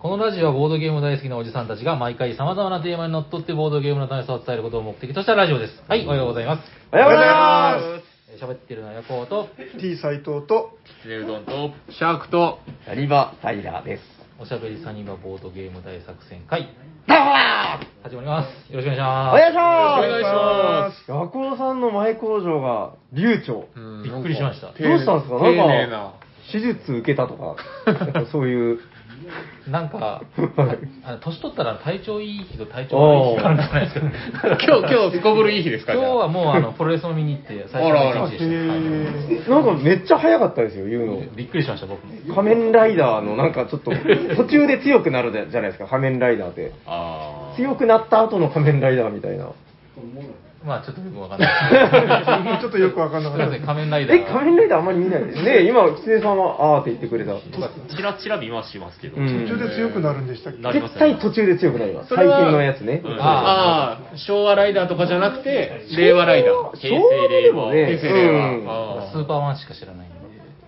このラジオはボードゲーム大好きなおじさんたちが毎回様々なテーマにのっとってボードゲームの楽しさを伝えることを目的としたラジオです。はい、おはようございます。おはようございまえー喋ってるのは横尾と、す !T 斎藤と、きつねうどんと、シャークと、やり場タイラーです。おしゃべりサニバボードゲーム大作戦会、どうも始まります。よろしくお願いします。お願いしおま願いしますすヤコウさんの前工場が流暢。びっくりしましたどうしたんですか丁な寧んかな。、手術受けたとか、なんかそういう。なんか、あの年取ったら体調いい日と体調悪いお日ーがあるんじゃないですか。今日、今日、すこぶるいい日ですか今日はもうあのプロレスを見に行って最初あらのあら一日でしたはい。なんかめっちゃ早かったですよ、言うの。びっくりしました、僕も。仮面ライダーのなんかちょっと、途中で強くなるじゃないですか、仮面ライダーって。ああ。強くなった後の仮面ライダーみたいな。まあちょっとよくわかんない。ちょっとよくわかんなかったすいません、仮面ライダー。え、仮面ライダーあんまり見ないですね。今、キツネさんは、あーって言ってくれた。ちらちら見はしますけど。うん途中で強くなるんでしたっけなります絶対途中で強くなります。最近のやつね。うんあああ、昭和ライダーとかじゃなくて、令和ライダー。昭和でもね平成令和うんあスーパーマンしか知らないんで。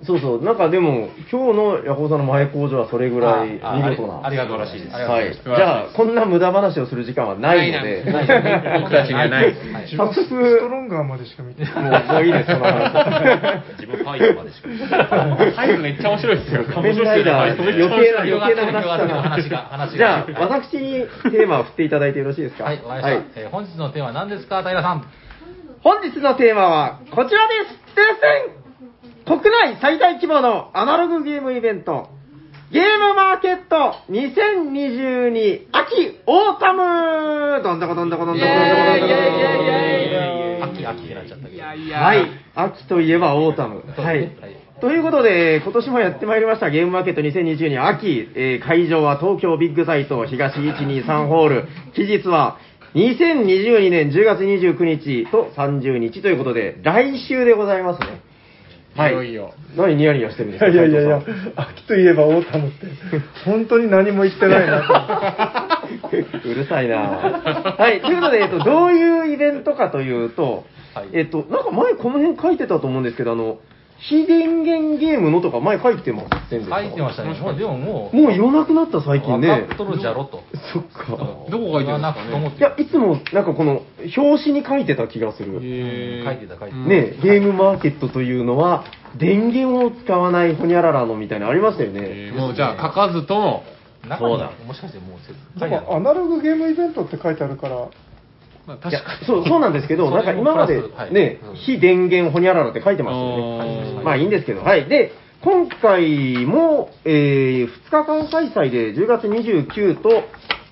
そうそう、なんかでも、今日のヤコウさんの前工場はそれぐらい見ああ事な。ありがとうございます。ありがとうごはざいまい。すじゃあ、こんな無駄話をする時間はないので、ないない僕たちにはないは自分ストロンガーまでしか見てない。もうもういいです、その話。ー自分ファイトまでしか見てない。ファイトめっちゃ面白いですよ。仮面ライダー、面余白計いですな、よ余計な話話がだな。話 じゃがあ、私にテーマを振っていただいてよろしいですかはい、わかりました。えー本日のテーマは何ですか、平さん。本日のテーマはこちらです抽選国内最大規模のアナログゲームイベントゲームマーケット2022秋オータムどんどこどんどこどんどこどんどこどんどこどんどこ秋、秋ってなっちゃったけど。はい秋といえばオータムはいということで、今年もやってまいりましたゲームマーケット2022秋、えー会場は東京ビッグサイト東123ホール、期日は2022年10月29日と30日ということで、来週でございますね。はい。いよいよ。何ニヤニヤしてるんでいすかやいやいやいや斉藤、秋といえばオータムって、本当に何も言ってないなさん うるさいなぁはい。ということで、えっと、どういうイベントかというと、はいえっと、なんか前この辺書いてたと思うんですけど、あの、非電源ゲームのとか前書いてませんでした書いてましたね。でももう、もう言わなくなった最近ね分かっ。とるじゃろと。そっか。どこ書いてるんですかね言わなくいや、いつもなんかこの表紙に書いてた気がする。ねへー書いてた書いてたえゲームマーケットというのは、電源を使わないホニャララのみたいなのありましたよね。えーもうじゃあ、書かずとも、中にはもしかしてもう、書いてなと。ないんかアナログゲームイベントって書いてあるから、まあい確やかに。そうそうなんですけど、そなれんもか今までプラスはいねうん、非電源ホニャララって書いてましたよあね。ーまあいいんですけど、はい。で、今回も、えー、2日間開催で10月29と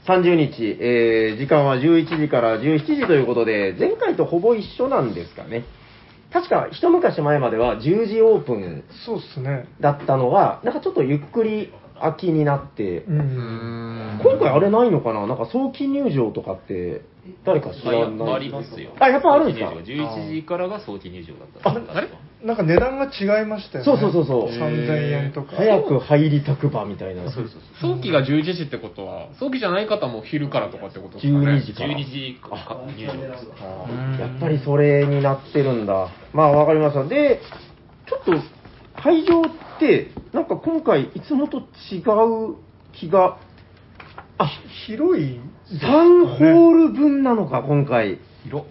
30日、えー、時間は11時から17時ということで、前回とほぼ一緒なんですかね。確か一昔前までは10時オープンそうっすね。だったのが、なんかちょっとゆっくり空きになってう、。うんん今回あれないのかななんか早期入場とかって、誰か知あらやないっぱありますよ。あ、やっぱあるんですか早期入場11時からが早期入場だった。あれなんか値段が違いましたよね。そうそうそうそう3000円とか。早く入りたくばみたいな。そうそうそう早期が11時ってことは、早期じゃない方も昼からとかってことですかね。 12時から12時か入場です。あうんーやっぱりそれになってるんだ。まあ、わかりました。で、ちょっと、会場って、なんか今回、いつもと違う気が、あ、広い3ホール分なのか、今回。色。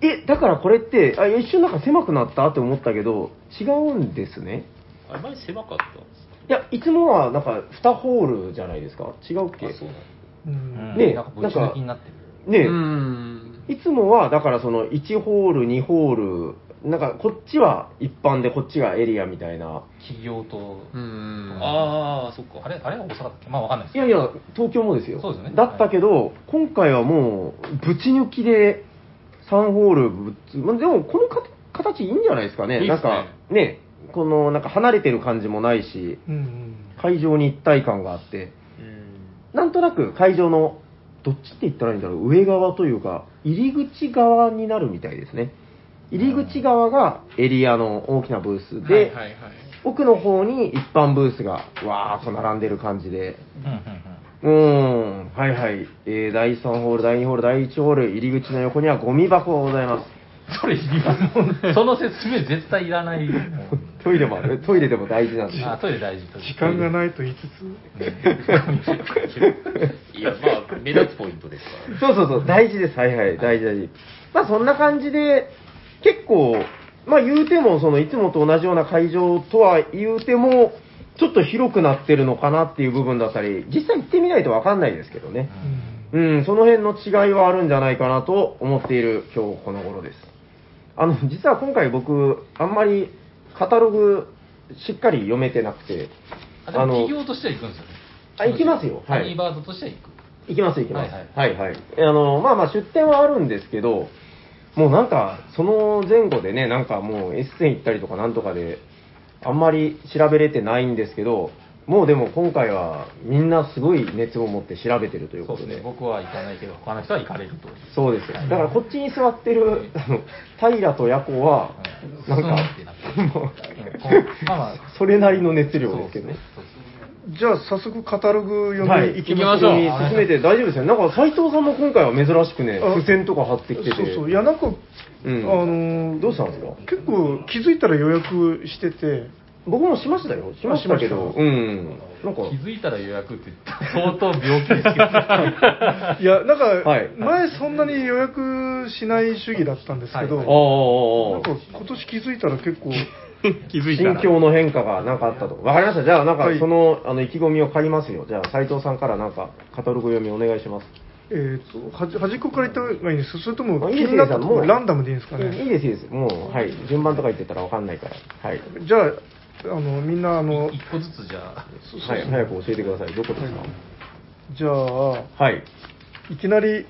え、だからこれって、あ一瞬なんか狭くなったって思ったけど、違うんですね。あれ前狭かったんですかいや、いつもはなんか2ホールじゃないですか。違うっけあそうなのうん。ねえなんかぶち抜きになってる。ねえ、うん。いつもは、だからその1ホール、2ホール、なんかこっちは一般でこっちがエリアみたいな。企業と、うん。ああ、そっか。あれ、あれは大阪だっけまあわかんないですい。やいや、東京もですよ。そうですよねだったけど、今回はもう、ぶち抜きで3ホールぶっつ、まあでもこのか形いいんじゃないですかね。いいっすねなんか、ね、このなんか離れてる感じもないし、うんうん。会場に一体感があって、うん。なんとなく会場の、どっちって言ったらいいんだろう、上側というか、入り口側になるみたいですね。入り口側がエリアの大きなブースで、はいはいはい。奥の方に一般ブースが、わーっと並んでる感じで、うんうんうん。うーん、はいはい、えー、第3ホール、第2ホール、第1ホール、入り口の横にはゴミ箱がございます。 それいりますその説明絶対いらない。トイレもある。トイレでも大事なんですあ、トイレ大事。時間がないと言いつ いや、まあ、目立つポイントですから。そうそうそう、大事です。はいはい、大事大事。まあそんな感じで、結構、まあ言うても、そのいつもと同じような会場とは言うても、ちょっと広くなってるのかなっていう部分だったり、実際行ってみないとわかんないですけどね。うん、その辺の違いはあるんじゃないかなと思っている今日この頃です。あの、実は今回僕、あんまりカタログしっかり読めてなくて、あ、でも企業としては行くんですよね。あ行きますよハはいニーバードとしては行く。行きます行きます。ははい、はい、あの、まあまあ出店はあるんですけど、もうなんか、その前後でね、なんかもうエッセン行ったりとかなんとかで、あんまり調べれてないんですけど、もうでも今回はみんなすごい熱を持って調べてるというそこうとですで。ね。僕は行かないけど、他の人は行かれると。そうですよ。だからこっちに座ってる、あの、平とヤコは、うなんんかそうってな って、るもううんこうまあまあ、それなりの熱量ですけどね。そうそうつ。じゃあ、早速カタログ読はいみ行き行まきまししょょうう。に進めて大丈夫ですよ。なんか斎藤さんも今回は珍しくね、あ付箋とか貼ってきてて。そうそう。いや、なんか、うんあのーどうしたんですか結構気づいたら予約し てて、僕もしましたよ。しましたけあどし。うんうん。なんか、気づいたら予約って相当病気です けど。いや、なんか、はい前そんなに予約しない主義だったんですけど、はあああああなあんか今年気づいたら結構、 気づいた心ら。境の変化がなんかあったと。わかりました。じゃあ、なんかはいその、あの、意気込みを借りますよ。じゃあ、斎藤さんからなんか、カタログ読みお願いします。えー、とはじ端っこから行った方がいいんですそれともあ気いいですになったとこもろうランダムでいいんですかいいねです、いいです。もう、はい。順番とか言ってたらわかんないから。はい。じゃああのみんなあの一個ずつじゃあ、はい、早く教えてください。どこですじゃあかはい。いきなり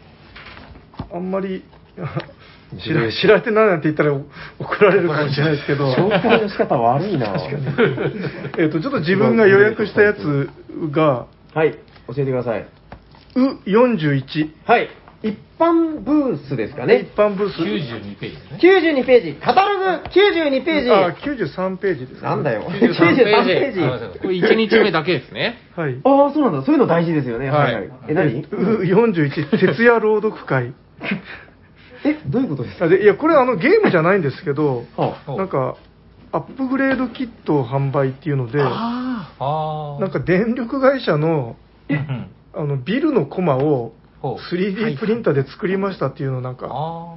あんまり 知ら知られてないなんて言ったらお 怒られるかもしれないですけ ど紹介の仕方悪いな えーとちょっと自分が予約したやつがはい。教えてください。 「う41はい。一般ブースですか」ね一。般ブー92スページですね。 92ページ。カタログ92ページ。あ93ページです、なんだよ。 93ページ。あごめんなさいこれ1日目だけですね。はいああ、そうなんだ。そういうの大事ですよね。はい、はい。え、何う41徹夜朗読会 え、どういうことですかあでいやこれあのゲームじゃないんですけどはあなんかアップグレードキットを販売っていうのでなあああ。んか電力会社のうんうん、あのビルのコマをほう。 3D プリンターで作りましたっていうのをなんかああ。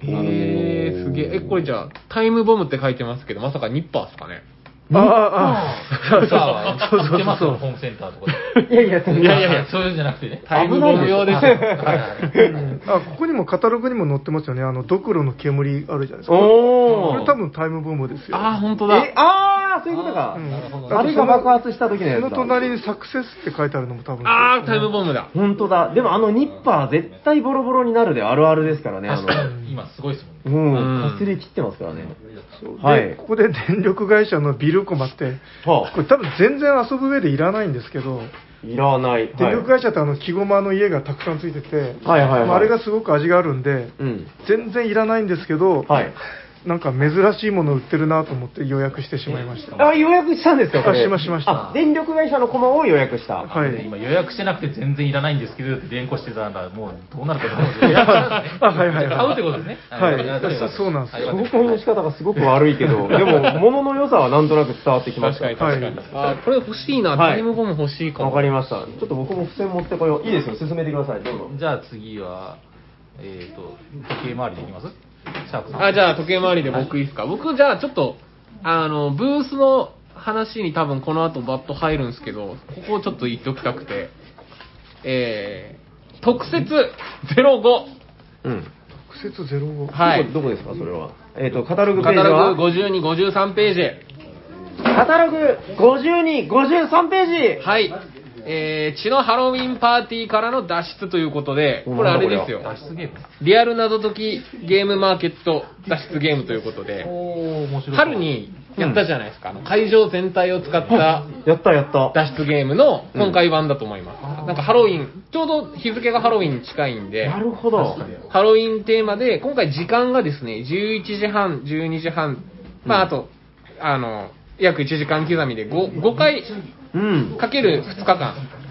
へえ、すげえ。え、これじゃあ、タイムボムって書いてますけど、まさかニッパーですかね。ああああ。そうそうそう。売ってますよ、ホームセンターとかで。いやいや、そんいやいな。やいや、そういうんじゃなくてね。タイムボム用です。ああここにもカタログにも載ってますよねあのドクロの煙あるじゃないですかおこーれ多分タイムボムですよああ、本当だえ、。ああ、そういうことかう。んなるほどあれが爆発した時のやそつだの。隣にサクセスって書いてあるのも多分ああ、タイムボムだ。本当だ。でもあのニッパー絶対ボロボロになるであるあるですからね。あ確のかに、今すごいですもんね。うんう、んかすり切ってますからね。そうではいここで電力会社のビルコマってはこれ多分全然遊ぶ上でいらないんですけどあ、いらない。電はい力会社ってあの木駒の家がたくさんついてて、はいはいはいまああれがすごく味があるんで、うん。全然いらないんですけど、はい。なんか珍しいもの売ってるなと思って予約してしまいました。あ、予約したんですかこれあしましましたあ、電力会社のコマを予約した。はい。今予約してなくて全然いらないんですけどって連呼してたら、もうどうなるかと思う あ、はいはい買うっはてい。ことですね。はいあそうそうなんですよあ紹介の仕方がすごく悪いけ ど、でも、物の良さはなんとなく伝わってきまし確た。かに確かには。あーこれ欲しいな。はいタイムボム欲しいかわも。かりました。ちょっと僕も付箋持ってこよう。いいですよ、進めてください。どうぞ。じゃあ次は、えっ、と、時計回りでいきますシャープさん。あ、じゃあ時計回りで僕いいですか。僕じゃあちょっと、あの、ブースの話に多分この後バッと入るんですけど、ここをちょっと言っておきたくて、えー、特設05。うん。苦節ゼロ五。はい。どこですか、それは。えっ、と、カタログペカージタはログ52、53ページ。カタログ52、53ページはい。えー、血のハロウィンパーティーからの脱出ということで、これあれですよ。脱出ゲームリアル謎解きゲームマーケット脱出ゲームということで、おー、面白い。春にやったじゃないですか。あの会場全体を使ったやったやった。脱出ゲームの今回版だと思います。なんかハロウィン、ちょうど日付がハロウィンに近いんで、なるほど。ハロウィンテーマで、今回時間がですね、11時半、12時半、まああと、あの、約1時間刻みで 5, 5回うん。かける2日間。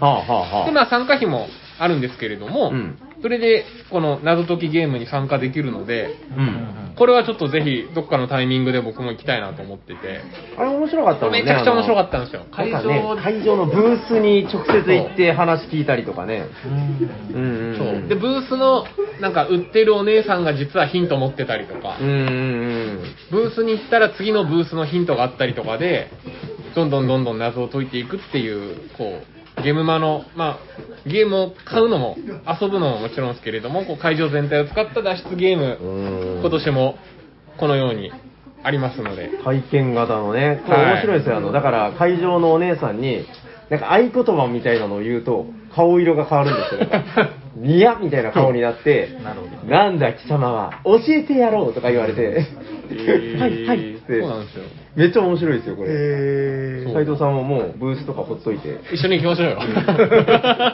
はあはあはあ。で、まあ参加費もあるんですけれども、うんそれで、この謎解きゲームに参加できるので、うん。これはちょっとぜひ、どっかのタイミングで僕も行きたいなと思ってて、あれ面白かったもんね。めちゃくちゃ面白かたったんですよ。会場,、ね、会場のブースに直接行って話聞いたりとかね。うんうんそうう。ん。で、ブースの、なんか、売ってるお姉さんが実はヒント持ってたりとかうん、うんブースに行ったら次のブースのヒントがあったりとかで、どんどんどんどん謎を解いていくっていう、こう、ゲームマの、まあ、ゲームを買うのも、遊ぶのももちろんですけれども、こう会場全体を使った脱出ゲーうム、ん。うん今年もこのようにありますので、体験型のね、これはい面白いですよ、あのだから会場のお姉さんに、なんか合言葉みたいなのを言うと、顔色が変わるん ですよ、ニヤみたいな顔になって、なるほどなんだ、貴様は、教えてやろうとか言われて、はいはいっそうなんて、ですよ。めっちゃ面白いですよ、これ。えー斉藤さんももうブースとかほっとい て、一緒に行きましょ うよ。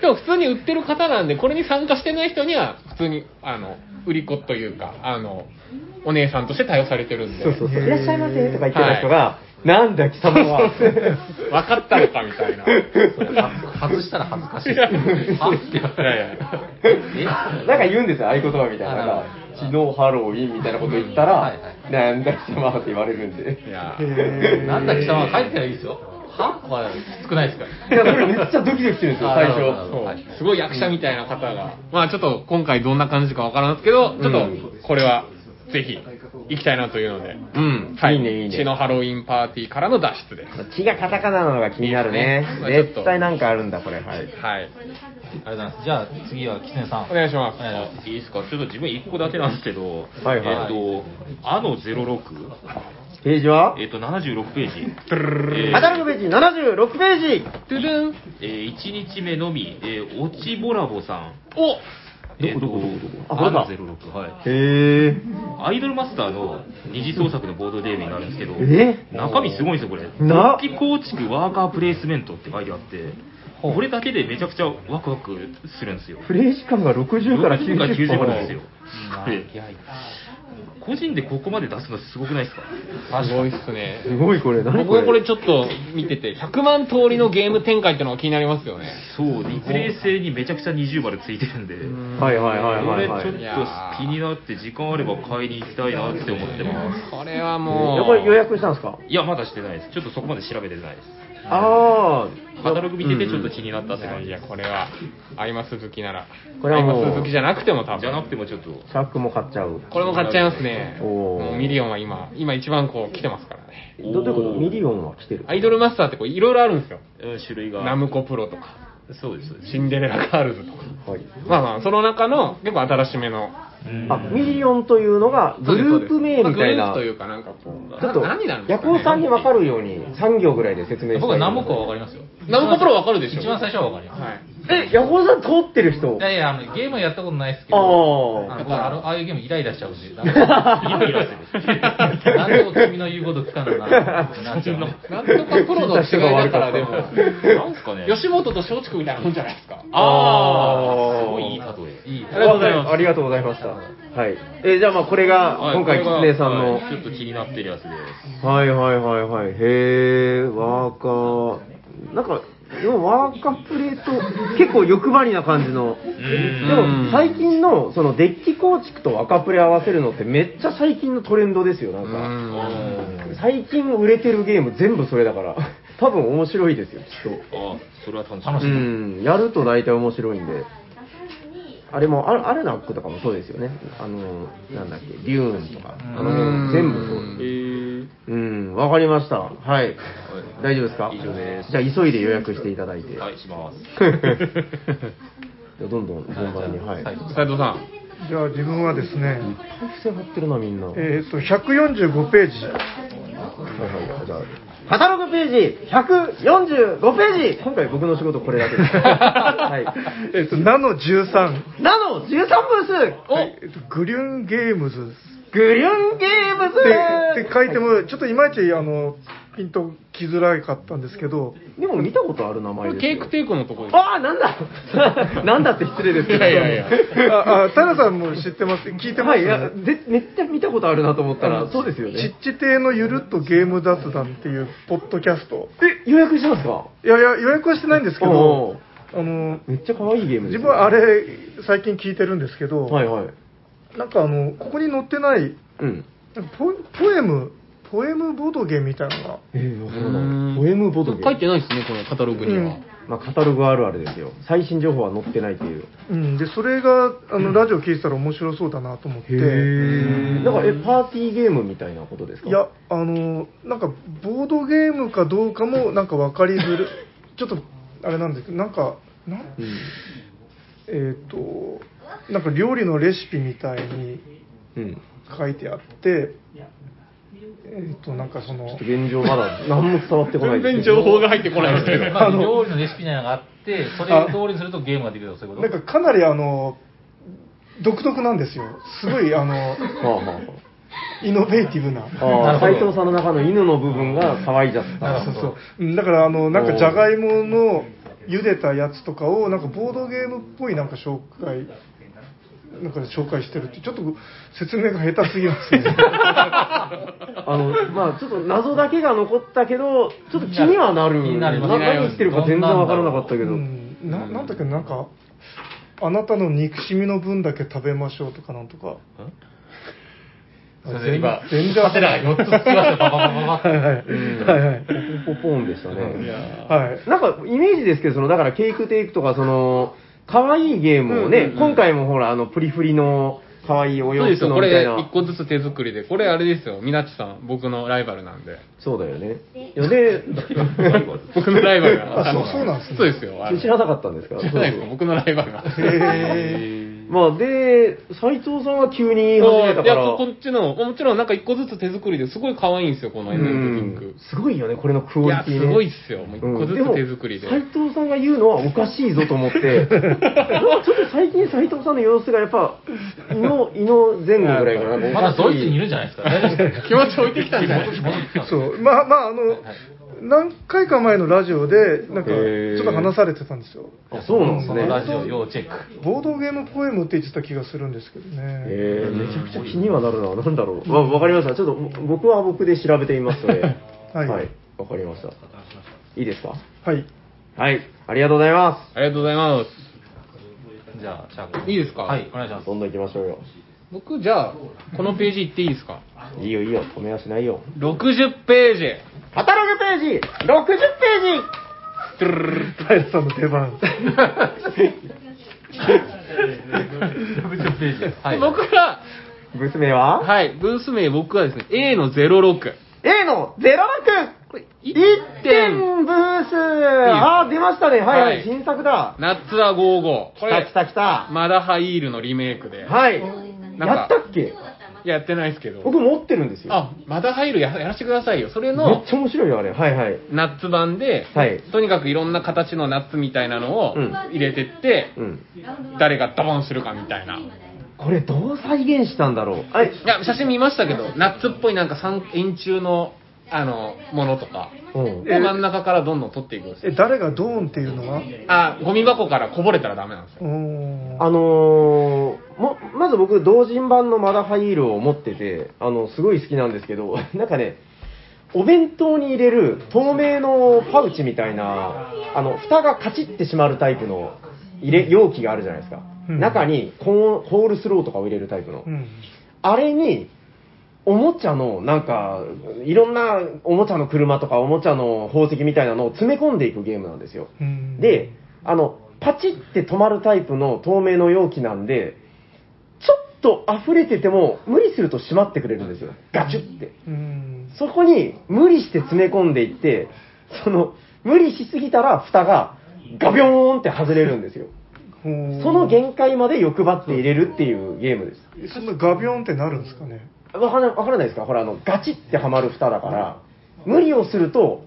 でも普通に売ってる方なんで、これに参加してない人には、普通に、あの、売り子というか、あの、お姉さんとして対応されてるんで。そうそうそう、へーいらっしゃいませとか言ってた人が、なんだ、貴様 は、分かったのかみたいな。 外したら恥ずかし い。はって言わいやいや。 なんか言うんですよ、合言葉みたいな、あなんなるか昨日ハロウィンみたいなこと言ったらはいは、なんだ、貴様はって言われるんで。いやえ、ーえなんだ貴様は帰ってはいいですよ。はこれ、きつくないですかいや、それめっちゃドキドキしてるんですよ、あ最なるほどなるほ初。そはういすごい役者みたいな方が、まあちょっと今回どんな感じかわからんですけど、ちょっとこれはぜひ行きたいなというので、うんはいいいねいいね血のハロウィンパーティーからの脱出です。血がカタカナなのが気になるねねまあちょっ。と絶対なんかあるんだ、これ。はい。はい。ありがとうございます。じゃあ次は、キツネさん。お願いします。願いしまあいいですかちょっと自分一個だけなんですけど、はいはいえっ、と、あの06、ページはえっ、と、76ページ。えーアダルトページ76ページトゥルンえー、1日目のみ、えー、オチボラボさん。おえっ、と、あこれだあの06、はい。へえ。アイドルマスターの二次創作のボードゲームになるんですけど、え中身すごいんですよ、これ。な楽器構築ワーカープレイスメントって書いてあって、これだけでめちゃくちゃワクワクするんですよ。プレイ時間が60から90 60分。までですよ。す。で個人でここまで出すのすごくないですかすごいっすね。すごいこれ、何僕これ。もこれちょっと見てて、100万通りのゲーム展開ってのが気になりますよね。そう、リプレイ性にめちゃくちゃ20丸ついてるんで、はいはいこはいはれいちょはっい。とい気になって、時間あれば買いに行きたいなって思ってます。これはもう。やこれ予約したんですかいや、まだしてないです。ちょっとそこまで調べてないです。あカタログ見ててちょっと気になったって感いじや、これは、アイマス好きなら。これはもうアイマス好きじゃなくても多分。じゃなくてもちょっと。あ。シャークも買っちゃう。これも買っちゃいますね。おーもうミリオンは今、今一番こう来てますからね。どどういうことミリオンは来てる。アイドルマスターってこういろいろあるんですよ。うん種類が。ナムコプロとか、そうです、そうです。シンデレラガールズとか。はい。まあまあ、その中の結構新しめの。あ、ミリオンというのがグループ名みたいまあな。グルーちプというかなんかこう、ょっと、な何になるんでヤすかコウねさんに分かるように3行ぐらいで説明して僕はナムコはわかりますよ。ナムコプロわかるでしょ一番最初はわかります。はい。え、ヤコウさん通ってる人いやいや、あのゲームはやったことないですけど、あーあの僕はあのああいうゲームイライラしちゃうんで、なんかなんでも君の言うこと聞かんのかなってなっちゃう。なんとかプロの違い だからでも、なんすかね。吉本と松竹みたいなもんじゃないですか。あー、すごいいい例え。いい。ありがとうございますありがとうございました。はい。えーじゃあまあこれが、はい今回、キこれがツネさんの、はいちょっと気になってるやつです。はいはいはいはい。へー、ワーカー。なんか、でもワーカープレート、結構欲張りな感じの。でも最近の、そのデッキ構築とワーカープレ合わせるのってめっちゃ最近のトレンドですよ、なうんか。ん。最近売れてるゲーム全部それだから、多分面白いですよ、きっあー、それは楽し楽と。うしみん、み。やると大体面白いんで。あれも、アアルナックとかもそうですよね。あの、なんだっけ、ビューンとか、あの辺も全部そうです。えー、うん、わかりました。はい。大丈夫ですか以上ですじゃあ、急いで予約していただいて。 はい、します。じゃあどんどん順番に。はい。はい斉藤さん。じゃあ自分はですね、伏線張ってるな、みんな。はいえっ、と、145ページ。はい。じゃあ、カタログページ145ページ今回僕の仕事これだけ です。はい。えっ、と、ナノ13。なの、13ブースはいえっとグリュンゲームズっグリュンゲームズてって書いても、ちょっといまいち、あの、ピンときづらかったんですけど、でも見たことある名こ前れですケよ。ークテイクのとこです。ああ、なんだ なんだって失礼ですけど。いやいやいや あ、あ、タラさんも知ってます聞いてまはすい、いよやねぜめっちゃ見たことあるなと思ったら、そうですよちね。っち亭のゆるっとゲーム雑談っていうポッドキャスト。え、予約したんですかいやいや、予約はしてないんですけおどう、あの、めっちゃ可愛いゲームです自よ分はあれ、最近聞いてるんですけど、はいはい。なんかあの、ここに載ってない、うん。なんかポポエム、ポエムボードゲームみたいなのが、えー、わかんうなんい。ポエムボードゲーム書いてないですね、このカタログには。うんまあ、カタログあるあるですよ。最新情報は載ってないという。うん、で、それが、あの、ラジオ聞いてたら面白そうだなと思って、へなんか、え、パーティーゲームみたいなことですかいや、あの、なんか、ボードゲームかどうかも、なんか分かりづる、 ちょっと、あれなんですけど、なんか、なんうん。えっ、と、なんか料理のレシピみたいにうん。ち書いてあって、えっ、と、なんかその、ょっと現状まだ何も伝わってこない全です然けど情報が入ってこないですけど。まあ、料理のレシピみたいなのがあって、それを通りにするとゲームができるとかそういうこなとんかかなりあの、独特なんですよ。すごい、あの、はあはイノベーティブな。あはああー。斎藤さんの中の犬の部分が可愛いじゃった。そうそううんだからあのなんかじゃがいもの茹でたやつとかをなんかボードゲームっぽいなんか紹介なんか紹介してるってちょっと説明が下手すぎますねあの、まあちょっと謎だけが残ったけど、ちょっと気にはなる。気になります何してるか全然わからなかったけうど。んななんだっけなんかあなたの憎しみの分だけ食べましょうとかなんとかすいません今全然カセラが4つつきましたよバババババってはいはいうんはいはいポンポポンでしたね。はいなんかイメージですけど、そのだからケイクテイクとか、その可愛いゲームをね、今回もほら、あのプリフリの可愛いお そう洋です服よ、のこみたいれな一。個ずつ手作りで。これあれですよ、みなっちさん、僕のライバルなんで。そうだよね。いやで、僕のライバルが。あそうそうなんですねそうですよ。あの知らなかったんですか知らないですか、僕のライバルが。まあで、斎藤さんは急に始めたかいや、ら。こっちの、もちろんなんか一個ずつ手作りですごい可愛いんですよ、このうエネルギーピンんク。すごいよね、これのクオいリや、ティね。すごいっすよ。もう一個うんずでもつ手作りで。斉藤さんが言うのはおかしいぞと思って、なんかちょっと最近斉藤さんの様子がやっぱ、胃の、胃の前後ぐらいかな。まだドイツにいるんじゃないですか。大丈夫ですか気持ち置いてきたんじゃない戻って戻ってきたんですそかうまあまああの何回か前のラジオでなんかちへーょっと話されてたんですよあそうなんですこねの。ラジオ要チェック。ボードゲームポエムって言ってた気がするんですけどね、えー、めちゃくちゃ気にはなるな。なんだろう。わ、わかりました。ちょっと僕は僕で調べてみますので。 はいはい。わかりました。いいですかはいはい。ありがとうございまありがとうございます。じゃあ、シャーク。いいですかはい、お願いしますす。。どんどん行きましょうよ。僕、じゃあ、このページ行っていいですかいいよいいよ。止めはしないよ。 ?60 ページ。カタログページ !60 ページ平さんの出番60ページ です。はい。僕が、ブス名は、はい、ブース名僕はですね、A の06。 A の06これ、一1点。点ブースあー、出ましたね。はい、ははいい、新作だ。夏は55。こ来たれ来、た来た。マダハイールのリメイクで。はい。かやったっけやってないですけど。僕持ってるんですよ。あ、マダハイールややらせてくださいよ。それめのっちゃ面白いよ、あれ。はいはい。ナッツ版で、はい。とにかくいろんな形のナッツみたいなのをうん入れてって、うん。誰がダボンするかみたいな。いこれどう再現したんだろう。はい。や、写真見ましたけど、ナッツっぽいなんか三円柱の、あの、ものとか、うん。を真ん中からどんどん取っていくんですえよ。誰がドーンっていうのはあ、ゴミ箱からこぼれたらダメなんですよ。うーんあのー、も、まず僕、同人版のマダハイールを持ってて、あの、すごい好きなんですけど、 なんかね、お弁当に入れる透明のパウチみたいな、あの、蓋がカチッて閉まるタイプの入れ、容器があるじゃないですか。うん中にコーンコールスローとかを入れるタイプの。うんあれに、おもちゃの、なんか、いろんなおもちゃの車とかおもちゃの宝石みたいなのを詰め込んでいくゲームなんですよ。うんで、あの、パチって止まるタイプの透明の容器なんで、ちょっと溢れてても、無理すると閉まってくれるんですよ。ガチュって。うんそこに無理して詰め込んでいって、その、無理しすぎたら蓋がガビョーンって外れるんですよ。ほーその限界まで欲張って入れるっていうゲームです。そんなガビョンってなるんですかねわからないわからないですかほら、あの、ガチってはまる蓋だから、無理をすると、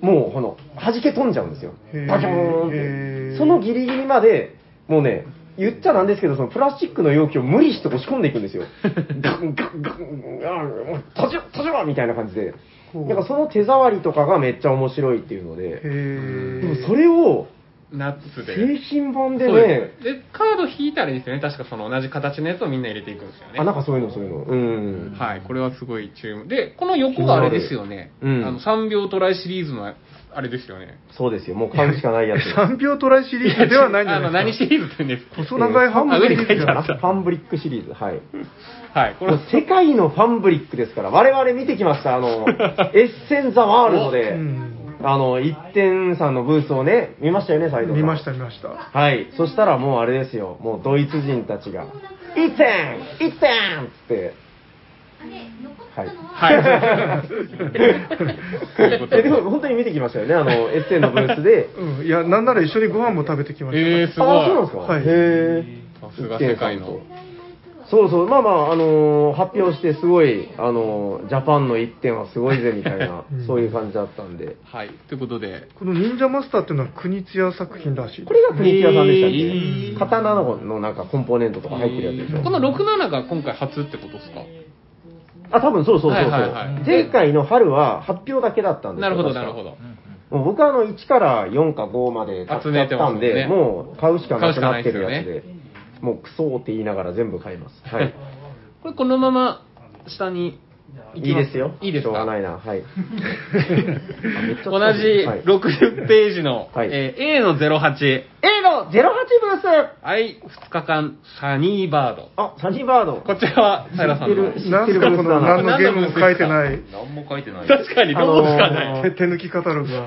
もう、この、弾け飛んじゃうんですよへー。バキョーンっへーて。そのギリギリまで、もうね、言っちゃなんですけど、そのプラスチックの容器を無理して押し込んでいくんです よ。ガンガンガン、ガン、閉じろ、閉じろみたいな感じで。ほうなんかその手触りとかがめっちゃ面白いっていうのへで、えでもそれを、ナッツで。製品版でそうねです。で、カード引いたらいいですよね。確かその同じ形のやつをみんな入れていくんですよね。あ、なんかそういうの、そういうの。うん。はい、これはすごい注目。で、この横があれですよね。気になるあうんの、3秒トライシリーズのあれですよね。そうですよ、もう買うしかないやつ。 3秒トライシリーズではないんじゃあの、な何いですか。シリーズって言うんです細長いハンブリックあ上に書いてあったファンブリックシリーズ、はい。かはい、これもう世界のファンブリックですから、我々見てきました、あ の、エッセン・ザ・ワールドで、うんあの、一点さんのブースをね、見ましたよね、斉藤さん。見ました、見ました。はい。そしたらもうあれですよ、もうドイツ人たちが、一点一点って。はい。はい えでも本当に見てきましたよね、あの、エッセンのブースで。うん、いや、なんなら一緒にご飯も食べてきました。えー、すごい。あ、そうなんですか。はいへえ。さすが世界の。そうそう、まあまあ、あのー発表してすごい、あのージャパンの1点はすごいぜみたいな、んそういう感じだったんで。はい、ということで、この忍者マスターっていうのは国津屋作品らしいこれが国木屋さんでしたっけ、えー刀ののなんかコンポーネントとか入ってるやつでしょ、この67が今回初ってことですかあ、多分そうそうそうそう、はいはいはい前回の春は発表だけだったんですよ。なるほど、確かなるほ。ど。もう僕はあの1から4か5まで買っちゃったんで、集めてますもんねもう買うしかなくなってるやつ買うで、もうクソーって言いながら全部買います。はい。これこのまま下に行いきいますですよ。いいですしょうがかないな。 はい。同じはい60ページの、はいえー A の08。 A の08ブースはい、2日間、サニーバード。あ、サニーバード。こちらは、平良さんの。知ってるなんすかこの何のゲームも書いてない何も書いてない。確かに、どうしかない。あの手手抜きカタログが。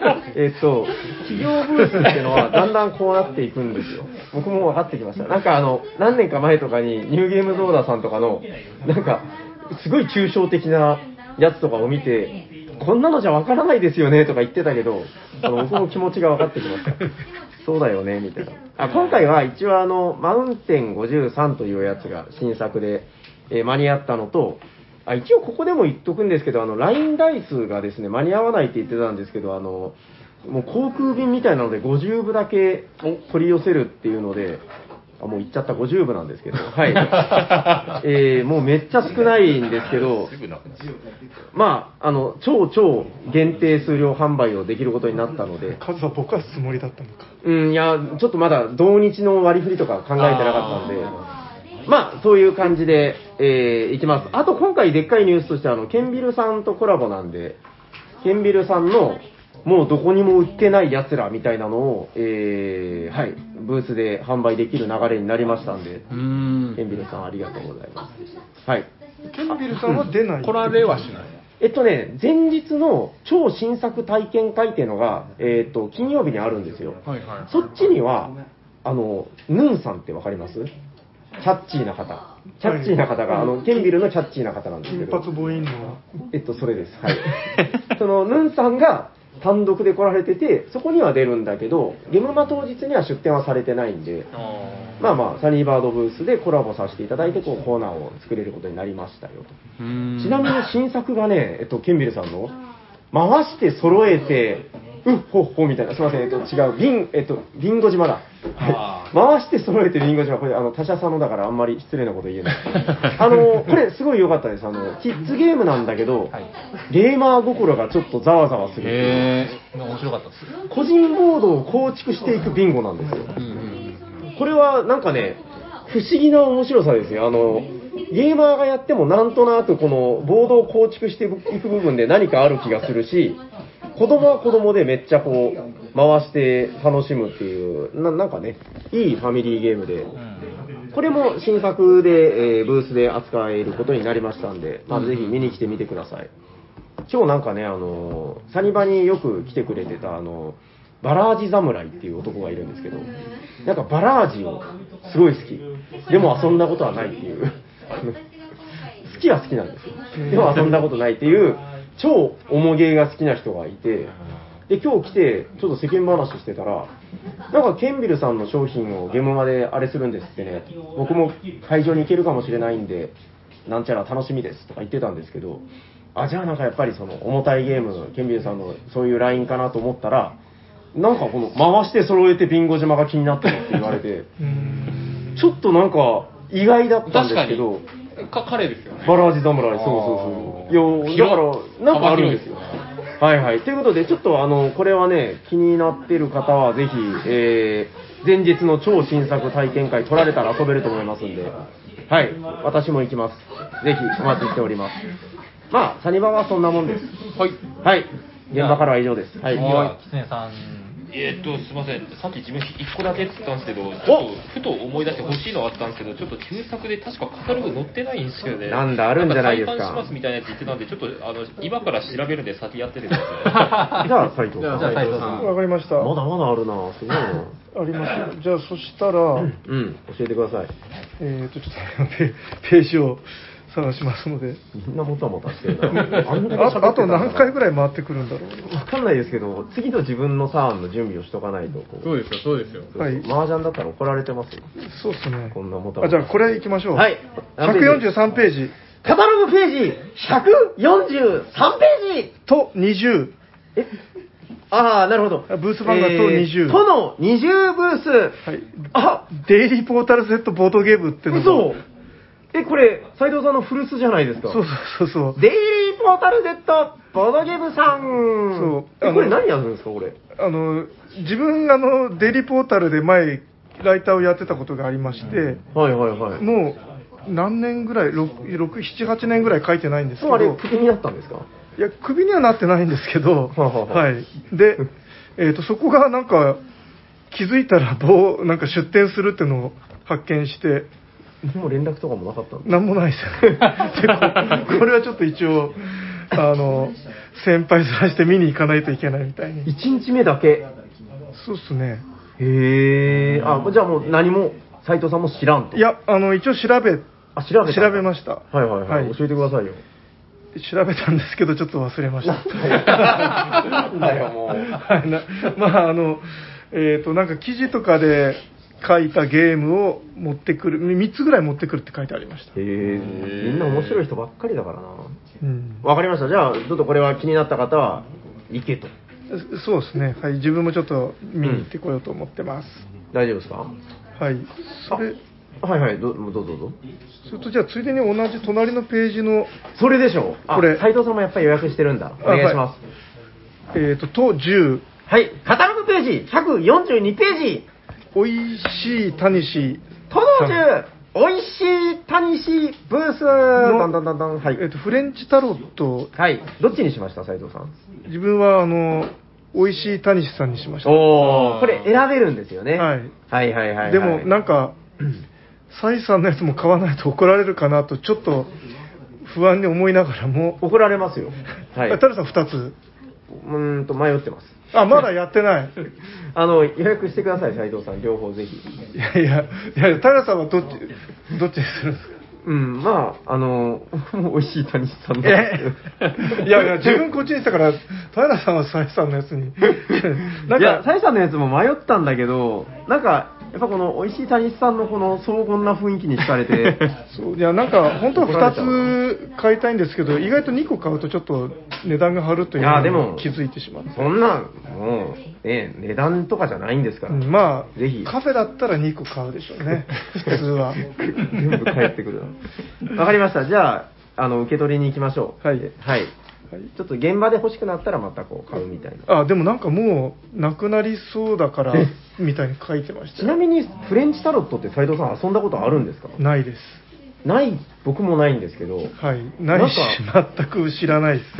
えっと、企業ブースっていうのはだんだんこうなっていくんですよ。僕も分かってきました。なんかあの、何年か前とかにニューゲームゾーダーさんとかの、なんか、すごい抽象的なやつとかを見て、こんなのじゃ分からないですよねとか言ってたけど、あの僕も気持ちが分かってきました。そうだよね、みたいな。あ今回は一応あの、マウンテン53というやつが新作で、えー間に合ったのと、あ一応ここでも言っとくんですけど、あの、ラインダイスがですね、間に合わないって言ってたんですけど、あの、もう航空便みたいなので50部だけ取り寄せるっていうので、あ、もう行っちゃった50部なんですけど、はい。 えーもうめっちゃ少ないんですけど、すぐなくなる。まあ、あの、超超限定数量販売をできることになったので、数はぼかすつもりだったのか。うん、いや、ちょっとまだ同日の割り振りとか考えてなかったんで、まあ、そういう感じで、えーいきます。あと、今回でっかいニュースとして、あの、ケンビルさんとコラボなんで、ケンビルさんの、もうどこにも売ってない奴らみたいなのを、えーはい、ブースで販売できる流れになりましたんで、うーケンん。ビルさんありがとうございます。はい。ケンビルさんは出ない。来られはしない。えっとね、前日の超新作体験会っていうのが、えーっと、金曜日にあるんですよ。はいはそっちには、あの、ヌンさんってわかりますキャッチーな方。キャッチーな方が、あの、ケンビルのキャッチーな方なんですけ金ど髪、ボインの。えっと、それです。はい。 その、ヌンさんが単独で来られてて、そこには出るんだけど、ゲムマ当日には出展はされてないんで、まあまあ、サニーバードブースでコラボさせていただいて、こう、コーナーを作れることになりましたよ。い。うーんちなみに新作がね、えっと、ケンビルさんの、回して揃えて、うっほっほみたいな、すみません、えっと、違う、リン、えっと、リンゴ島だ。あ回して揃えてリンゴ島、これ、あの、他社さんのだからあんまり失礼なこと言えない。あの、これ、すごい良かったです。あの、キッズゲームなんだけど、ゲーマー心がちょっとざわざわするっていう。へ面白かったです。個人ボードを構築していくビンゴなんですよ。ー。うんうんこれはなんかね、不思議な面白さですよ。あの、ゲーマーがやってもなんとなくこのボードを構築していく部分で何かある気がするし、子供は子供でめっちゃこう、回して楽しむっていう、ななんかね、いいファミリーゲームで、これも新作で、えーブースで扱えることになりましたんで、まあ、ぜひ見に来てみてください。今日なんかね、あのーサニバによく来てくれてた、あのーバラージ侍っていう男がいるんですけど、なんかバラージをすごい好き。でも遊んだことはないっていう。好きは好きなんですよ。でも遊んだことないっていう、超重ゲーが好きな人がいて、で、今日来て、ちょっと世間話してたら、なんかケンビルさんの商品をゲームまであれするんですってね、僕も会場に行けるかもしれないんで、なんちゃら楽しみですとか言ってたんですけど、あ、じゃあなんかやっぱりその重たいゲーム、ケンビルさんのそういうラインかなと思ったら、なんかこの回して揃えてビンゴ島が気になったのって言われて、ちょっとなんか意外だったんですけど、うん。か、彼ですよね。バラージ侍、そうそうそう。いや、だから、なんかあるんですよ。はいはい。ということで、ちょっとあの、これはね、気になってる方はぜひ、えー、前日の超新作体験会取られたら遊べると思いますんで、はい、私も行きます。ぜひお待ちしております。まあ、サニバはそんなもんです。はい。はい、現場からは以上です。はい。はい、キツネさん。えーっと、すみません、さっき自分1個だけって言ったんですけど、ちょっとふと思い出して欲しいのがあったんですけど、ちょっと旧作で確かカタログ載ってないんですよね。なんだあるんじゃないですか再販しますみたいなやつ言ってたんで、ちょっとあの今から調べるんで先やっててくだ さじゃあ、斉藤じさゃあん。じゃあ、斉藤さん。わかりました。まだあまだあるなすごいな。りますよ。じゃあ、そしたら、うん、教えてください。えっ、と、ちょっとペ ページを探しますので。みんなもたもたしてるな。あんだけ喋ってたんだか あらあと何回ぐらい回ってくるんだろう。わかんないですけど、次の自分のサーンの準備をしとかないと、こうそうですよ、そうですよ。はい麻雀だったら怒られてますよ。そうですね。こんなもたもたあ、じゃあ、これ行きましょう。はい143ページカタログページ、143ページと20。えああ、なるほど。ブース番がと20との20ブース。はい。あデイリーポータルセットボードゲームっていうのも嘘え、これ、斎藤さんの古巣じゃないですか。そうそうそうそう。デイリーポータル Z ボードゲームさんそうえこれあの何やるんですかこれあの、自分、あの、デイリーポータルで前、ライターをやってたことがありまして、はいはいはいももう、何年ぐらい、6、6 7、8年ぐらい書いてないんですけうあれど、クビになったんですかいや、クビにはなってないんです けど、はあはあはあはい。で、えっ、と、そこがなんか、気づいたら、どう、なんか出店するっていうのを発見して、もう連絡とかもなかったんですなんもない ですよね。でここれはちょっと一応、あの、先輩ずらして見に行かないといけないみたいに。 1日目だけそうっすね。へえあじゃあもう何も斎藤さんも知らんといや、あの、一応調べ、あ調べた調べましたはいはいはい、はい教えてくださいよ調べたんですけど、ちょっと忘れました。なんだよもうはい、なまあ、あの、えっ、と、なんか記事とかで書いたゲームを持ってくる、3つぐらい持ってくるって書いてありました。へえみんな面白い人ばっかりだからなうん、わかりましたじゃあちょっとこれは気になった方は行けとそそうですね。はい、自分もちょっと見に行ってこようと思ってます。大丈夫ですかはい。それ、あはいはいどどうぞどうぞそれとじゃあ、ついでに同じ隣のページの、それでしょうあこれ斎藤さんもやっぱり予約してるんだお願いしますえっ、と、と10、はい、カタログページ、142ページ、おいしいたにし都道中、おいしいタニシブース、だんだんだんだん、はいえっ、。と、フレンチタロット、はい、どっちにしました、斉藤さん。自分は、あの、おいしいたにしさんにしました。おこれ選べるんですよね。はいはいはいはいはい。でもなんか、 サイさんのやつも買わないと怒られるかなと、ちょっと不安に思いながらも、怒られますよ。はい。あタルさん2つ、うーんと、迷ってます。あまだやってない、あの、予約してください、斉藤さん、両方ぜひ。いやいや、いやいやタルさんはどっちどっちにするんですかうん、まあ、あの、もうおいしいタニシさんの。いやいや、自分こっちにしたから、平さんはサイさんのやつ に。なんいや、か、サイさんのやつも迷ったんだけど、なんか、やっぱこの、美味しい谷さんのこの荘厳な雰囲気に惹かれ て、そういやなんか本当怒らはれちゃう2つ買いたいんですけど、意外と2個買うとちょっと値段が張るといういやでのもに気づいてしまう。そんなん、もう、ね、値段とかじゃないんですかうら。んまあぜひカフェだったら2個買うでしょ うね普通は全部返ってくるな。わかりました。じゃあ、あの、受け取りに行きましょう。はいはい。ちょっと現場で欲しくなったらまたこう買うみたいな。あでもなんかもうなくなりそうだからえみたいに書いてましたちなみに、フレンチタロットって斉藤さん遊んだことあるんですかないですない、僕もないんですけど。はいないし全く知らないです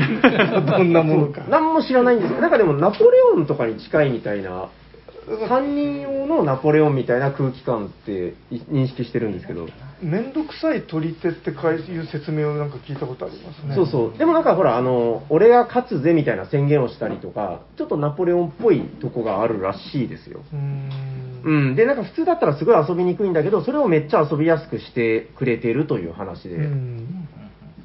どんなものか何も知らないんですけど、なんかでもナポレオンとかに近いみたいな、犯人用のナポレオンみたいな空気感ってい認識してるんですけど、面倒くさい取り手ってかいいう説明をなんか聞いたことありますねそうそう、でもなんかほら、あの、俺が勝つぜみたいな宣言をしたりとか、ちょっとナポレオンっぽいとこがあるらしいですよ。うーんうん、で、なんか普通だったらすごい遊びにくいんだけど、それをめっちゃ遊びやすくしてくれてるという話で、うん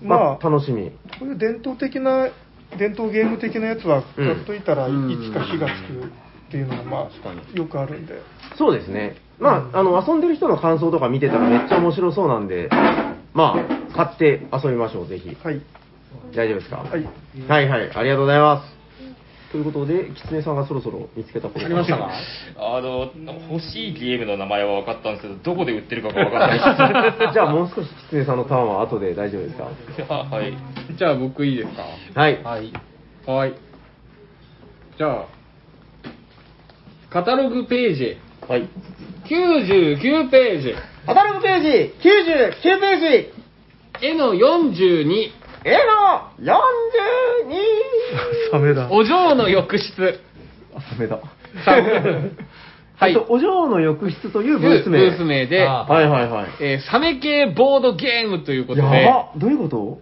ままあ、あこ楽しみ。ういう伝統的な伝統ゲーム的なやつはうん買っといたらいうんつか火がつくっていうのがま確かにあよくあるんでそうですね。まあ、あの、遊んでる人の感想とか見てたらめっちゃ面白そうなんで、まあ、買って遊びましょう、ぜひ。はい大丈夫ですかはいはいはいありがとうございます。ということで、キツネさんがそろそろ見つけたことありました かい。あの、欲しいゲームの名前は分かったんですけど、どこで売ってるかが分かんない でじゃあもう少しキツネさんのターン は後で大丈夫ですかす。はい。じゃあ僕いいですかはい。はい。はい。じゃあ、カタログページ、はい。 99ページ、カタログページ、99ページ、絵の42、 A の 42! サメだ。お嬢の浴室。あ、サメだ。さんは。はいい。お嬢の浴室というブース名。ブース名で、あはいはいはい。えーサメ系ボードゲームということで、やばどういうこと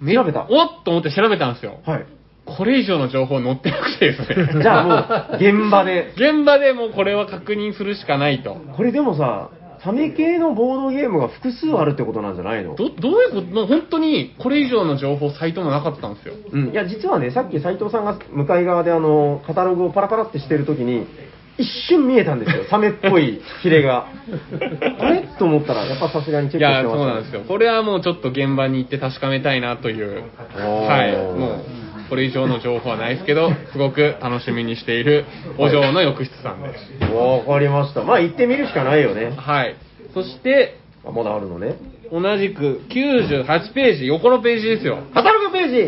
め調べたおっと思って調べたんですよ。はい。これ以上の情報載ってなくてですね。じゃあもう、現場で。 現場でもうこれは確認するしかないと。これでもさ、サメ系のボードゲームが複数あるってことなんじゃないのど、どういうこともう本当にこれ以上の情報サイトもなかったんですよ。うん、いや、実はね、さっき斉藤さんが向かい側であの、カタログをパラパラってしてるときに、一瞬見えたんですよ、サメっぽいヒレ が。あれと思ったら、やっぱさすがにチェいックしや、てまそうした、なんですよ。これはもうちょっと現場に行って確かめたいなという。おーはい。もう、これ以上の情報はないです けど、すごく楽しみにしているお嬢の浴室さんです。わかりました。まあ、行ってみるしかないよね。はい。そして、あまだあるのね。同じく98ページ、横のページですよ。カタログページ、98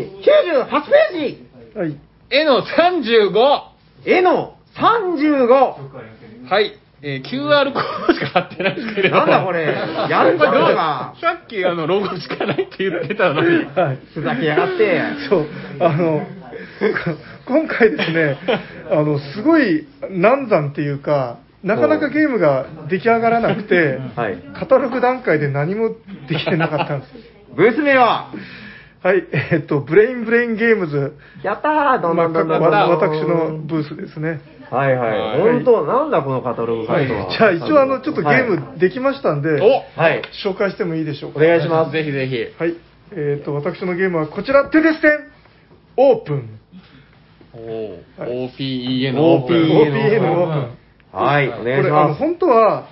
ページはい。絵の 35! は絵の 35! い。えー QR コードしか貼ってないですけれども。なんだこれやるこかれどうどうか さっきあの、ロゴしかないって言ってたのに。はい。ふざけやがって。 そう、あの、今回ですね、あの、すごい難産っていうか、なかなかゲームが出来上がらなくて、はいカタログ段階で何もできてなかったんです。ブース名は、はい、えっと、ブレインブレインゲームズ、やったーどんまどあ、んどかんどんわ私のブースですね。はいは。はいい本当なんだこのカタログサイトは。じゃあ、一応、あの、ちょっとゲーはいムできましたんで、おはい。紹介してもいいでしょうおか。願いします。ぜひぜひ。はい、えっと、私のゲームはこちら、テレステン、オープン。OPEN OPEN オープン。 OPN オープン。はい、おこ願いしれあまのす。本当は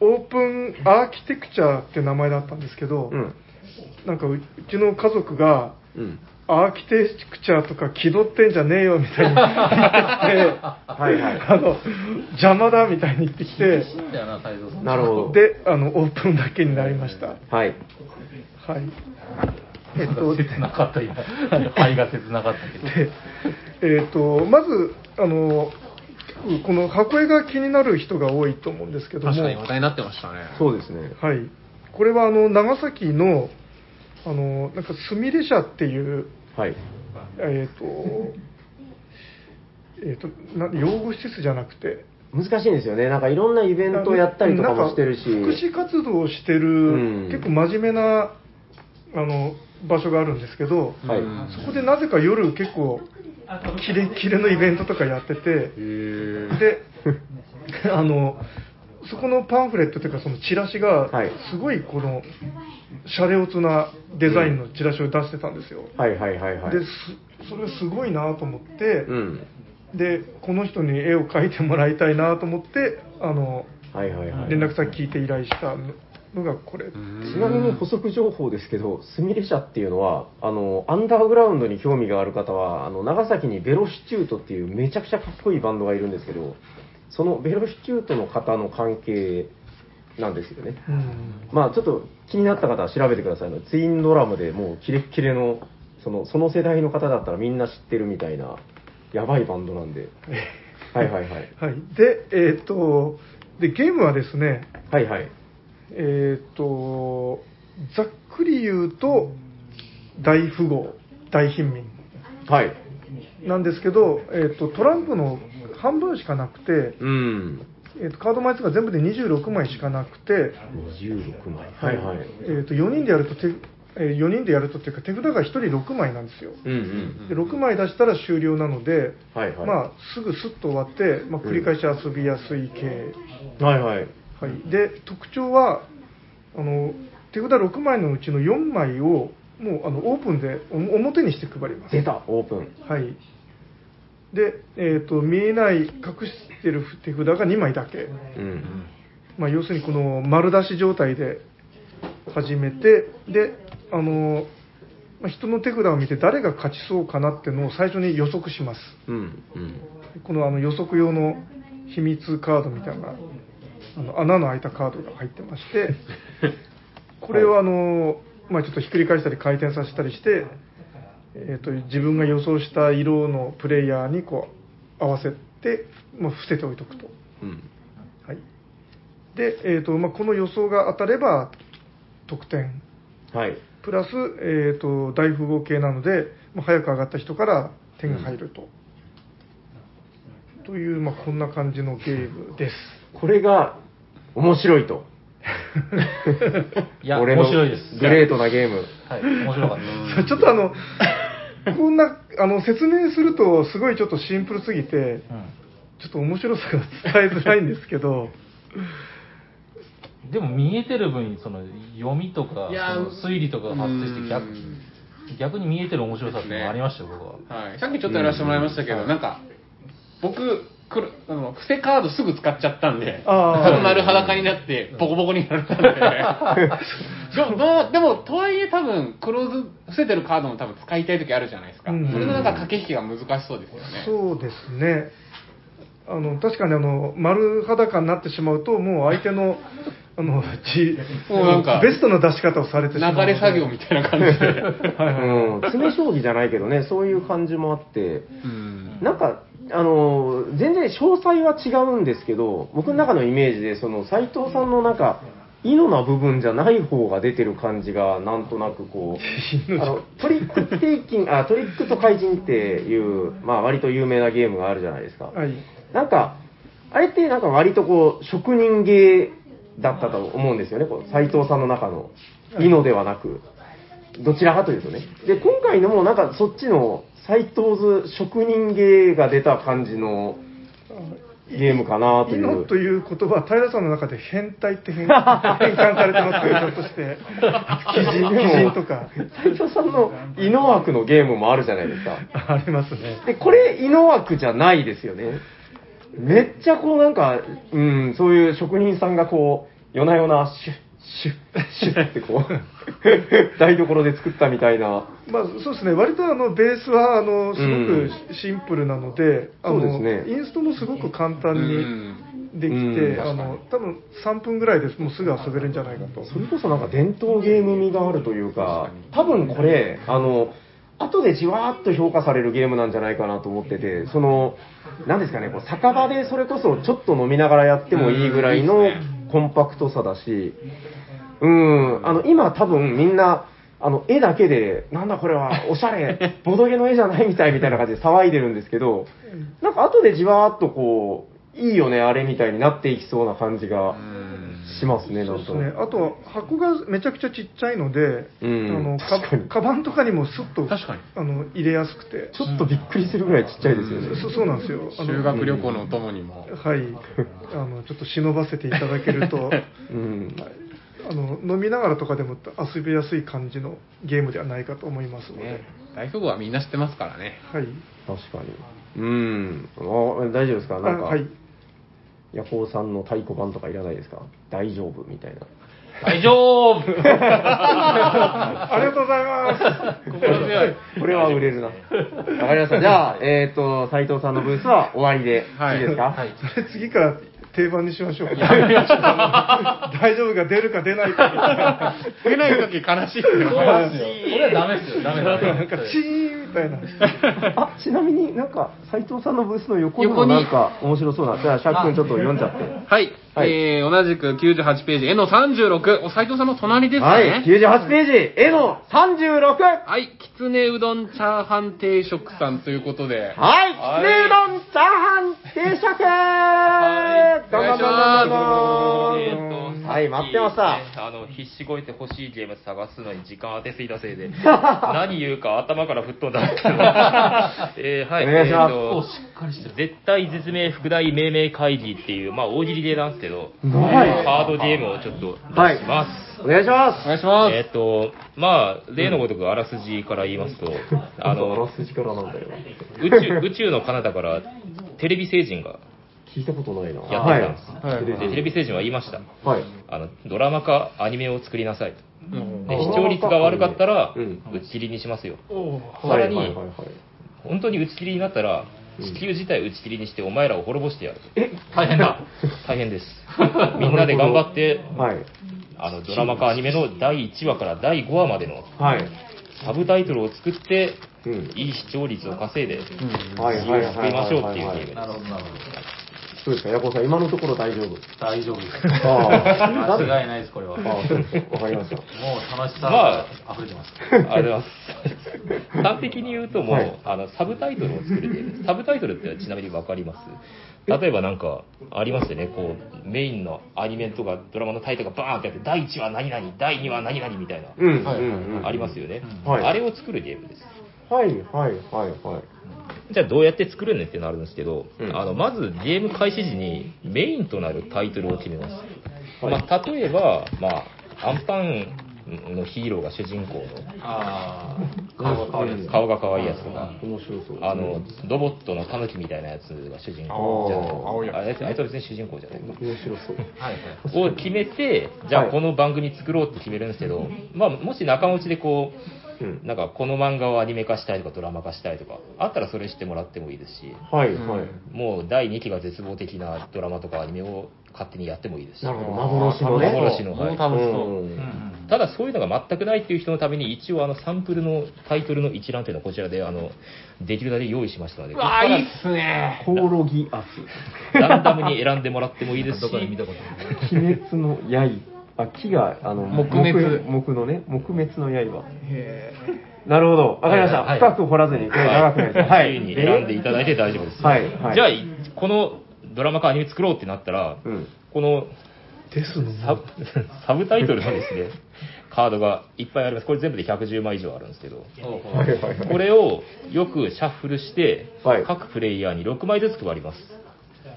オープンアーキテクチャーって名前だったんですけど、うん。なんかううちの家族がうん。アーキテクチャーとか気取ってんじゃねえよみたいに言ってき てはいはあの邪魔だみたいに言ってきていいんだよな、太蔵さい。 ん。なるほど。であのオープンだけになりましたははい。いえっとで切なかった、今。肺が切なかったけど。えっとまずあのこの箱絵が気になる人が多いと思うんですけども確かに話題になってましたね。そうですね。はい、これはあの長崎のあのなんかすみれ社っていう、はい。えーとえーとな養護施設じゃなくて難しいんですよね。なんかいろんなイベントやったりとかもしてるし。なんか福祉活動をしてる、うん結構真面目なあの場所があるんですけど、はい。うんそこでなぜか夜結構キレッキレのイベントとかやっててであのそこのパンフレットというかそのチラシがはいすごいこのシャレオツなデザインのチラシを出してたんですよ、 はいはいはいはい。ですそれすごいなと思って、うん。でこの人に絵を描いてもらいたいなと思ってあのはいはいはい。連絡先聞いて依頼したのがこれ、ちなみに補足情報ですけど、スミレ社っていうのは、あの、アンダーグラウンドに興味がある方は、あの、長崎にベロシチュートっていうめちゃくちゃかっこいいバンドがいるんですけど、そのベロシチュートの方の関係なんですよね。うんまあちょっと気になった方は調べてください。あのツインドラムでもうキレッキレの、その、その世代の方だったらみんな知ってるみたいな、やばいバンドなんで。はいはいはい。はい、でえっ、とでゲームはですねはいはい。えっ、とざっくり言うと大富豪大貧民はい。なんですけど、えー、とトランプの半分しかなくて、うん。えー、とカード枚数が全部で26枚しかなくて、 26枚。はいはい。えー、と4人でやると手、え4人でやるとっていうか手札が1人6枚なんですようんうん。で6枚出したら終了なので、はいはい。まあ、すぐスッと終わって、まあ、繰り返し遊びやすい系、はいはい。はい、で特徴はあの手札6枚のうちの4枚をもうあのオープンでお表にして配ります出た、オープン。はい。で、えっ、と、見えない、隠してる手札が2枚だけ。うん。まあ、要するにこの丸出し状態で始めて、で、あの、まあ人の手札を見て誰が勝ちそうかなっていうのを最初に予測します。うん。うん。このあの予測用の秘密カードみたいな、あの穴の開いたカードが入ってまして、これをあの、まあ、ちょっとひっくり返したり回転させたりして、えー、と自分が予想した色のプレイヤーにこう合わせて、まあ、伏せておいとくと。うん。はい、で、えーとまあ、この予想が当たれば得点、はい。プラス、えー、と大富豪系なので、まあ、早く上がった人から点が入ると。という、まあ、こんな感じのゲームです。 これが面白いと。 いや 俺の面白いですグレートなゲーム。はい、面白かった。ちょっとあ の、こんなあの説明すると、すごいちょっとシンプルすぎて、ちょっと面白さが伝えづらいんですけど、うんでも見えてる分、その読みとか、いやその推理とかが発生して逆う、逆に見えてる面白さっていうのもありましたよ、僕は。はい、さっきちょっとやらせてもらいましたけど、なんか、僕、くるあの伏せカードすぐ使っちゃったんで、あー多分 丸裸になって、ボコボコになった んで、どどうでも、とはいえ、多分クローズ、伏せてるカードも多分使いたい時あるじゃないですか、うんそれのなんか駆け引きが難しそうですよね。そうですね。あの確かにあの丸裸になってしまうと、もう相手のあのじもうなんかベストの出し方をされてしまうの流でれ作業みたいな感じ で。うん。詰将棋じゃないけどね、そういう感じもあって、うんなんか、あのー全然詳細は違うんですけど、僕の中のイメージで、その斎藤さんのなんか、イノな部分じゃない方が出てる感じが、なんとなくこ う、あのトリックテイキング、あ、トリックと怪人っていう、まあ割と有名なゲームがあるじゃないですか。はい、なんか、あれってなんか割とこう、職人芸だったと思うんですよね、こう斎藤さんの中の。イノではなく、どちらかというとね。で、今回のもなんかそっちの斎藤図職人芸が出た感じのゲームかなとイいノう と。いう言葉は平さんの中で変態って変 変換されてますけど、ちょっと して、鬼人鬼人とか、斎藤さんのイノ枠のゲームもあるじゃないですか。ありますね。で、これ、イノ枠じゃないですよね。めっちゃこうなんか、うん、そういう職人さんがこう、夜な夜な、シュッ、シュッ、シュッってこう、台所で作ったみたいな。まあ、そうですね割とあのベースはあのすごうんくシンプルなので、あのそうですねインストもすごく簡単にできて、うんあの多分3分ぐらいですもうすぐ遊べるんじゃないかとそれこそなんか伝統ゲーム味があるというか、多分これ、あの、後でじわーっと評価されるゲームなんじゃないかなと思ってて、その、なんですかね、こう酒場でそれこそちょっと飲みながらやってもいいぐらいのコンパクトさだし、うん、あの、今多分みんな、あの、絵だけで、なんだこれは、おしゃ れ、ボドゲの絵じゃないみたいみたいな感じで騒いでるんですけど、なんか後でじわーっとこう、いいよね、あれみたいになっていきそうな感じがしますね、そなうんですとなねく。あとは箱がめちゃくちゃちっちゃいので、うんあの確かにカバンとかにもスッと確かにあの入れやすくてちょっとびっくりするぐらいちっちゃいですよね。そそうなんですよあの修学旅行のお供にも。はいあのちょっと忍ばせていただけ るとうん。あの飲みながらとかでも遊びやすい感じのゲームではないかと思いますので、ね大富豪はみんな知ってますからね。はい確かに。うん。あ大丈夫ですかなんあか、はいヤコウさんの太鼓判とかいらないですか大丈夫みたいな。大丈夫ありがとうございます心強い。 これは売れるな。わかりました。じゃあ、えっ、と、斎藤さんのブースは終わりで、はいい、いですか、はい。それ 次から定番にしましょう。 大丈夫か出るか出ないか。出ない時悲しいよそうなんですよ。これはダメですよ。ダメダメ。なんかチーンみたいな。 あ、ちなみになんか、斎藤さんのブースの横にも横になんか面白そうな。じゃあ、シャックンちょっと読んじゃって。はい。はいえー、同じく98ページ、絵の36。お、斎藤さんの隣ですね。はい、98ページ、絵の 36! はい、きつねうどんチャーハン定食さんということで。はい、きつねうどんチャーハン定食はいどんどんどんえどんどんどんーとはい、待ってました。さっきねあの、必死こいて欲しいゲーム探すのに時間当てすぎ たせいで、何言うか頭から吹っ飛んだんですけど。えーはい、お願いしますえーと絶対絶命副題命名会議っていう、まあ大喜利ゲーなんですけど、はいカードゲームをちょっとはい出します。お願いします。お願いします。えっ、と、まあ、例のごとくあらすじから言いますと、あの、筋からなんだよ。宇宙宇宙の彼方からテレビ星 人が聞いたことないな。やってきたんです、はい。でテレビ星人は言いましたはい。あのドラマかアニメを作りなさいとうんで視聴率が悪かったらうん打ち切りにしますよ、さはいらはいはいにはい。本当に打ち切りになったら地球自体打ち切りにしてお前らを滅ぼしてやるとえ大変 だ。大変ですみんなで頑張ってはい。あのドラマかアニメの第1話から第5話までのはい。サブタイトルを作ってうんいい視聴率を稼いで、はいはいはい作はいりましょうっはていいうはゲームいです。なるほど、なるほど。そうですか、ヤコウさん、今のところ大丈夫。大丈夫です。あー間違いないです、これは。もうああ、そうですか、わかりました。楽しさまが溢れてます。あれは、端的に言うともう、はいあの、サブタイトルを作れてる。サブタイトルってちなみにわかります例えばなんか、ありますよね、こう、メインのアニメとかドラマのタイトルがバーンってやって、第1話何々、第2話何々みたいな、うん、うん、はいうん。ありますよね、はいあれを作るゲームです。はい、はい、はい、はい。じゃあどうやって作るねってなるんですけど、うんあのまずゲーム開始時にメインとなるタイトルを決めます。まあ、例えば、まあ、アンパンのヒーローが主人公ああ、顔が変わるやつの顔が可愛いやつとか、面白そう。あの、ロボットのタヌキみたいなやつが主人公じゃないあー青いやつあれあいつは別に主人公じゃない面白そう。はいはい。を決めて、じゃはあいこの番組作ろうって決めるんですけど、まあ、もし仲間内でこうう、ん。なんかこの漫画をアニメ化したいとかドラマ化したいとか、あったらそれしてもらってもいいですし、はい、はい。もう第2期が絶望的なドラマとかアニメを勝手にやってもいいですしなるほど、幻のね。幻の、はい、楽しそううんうん。ただそういうのが全くないっていう人のために一応あのサンプルのタイトルの一覧というのはこちらであのできるだけ用意しましたのでここからすね。コオロギアランダムに選んでもらってもいいですしどこかで見たことある。ス。鬼滅の刃。あ、木が、あの、木滅木のね、木滅の刃。へなるほど、わかりました。はい深く掘らずに、これ長くないです。ははいい。自由に選んでいただいて大丈夫です、はいはいじゃあこのドラマかアニメ作ろうってなったら、うん。このですのサブサブタイトルので すねカードがいっぱいありますこれ全部で110枚以上あるんですけどほうほうはいはいはい。これをよくシャッフルして、はい各プレイヤーに6枚ずつ配ります。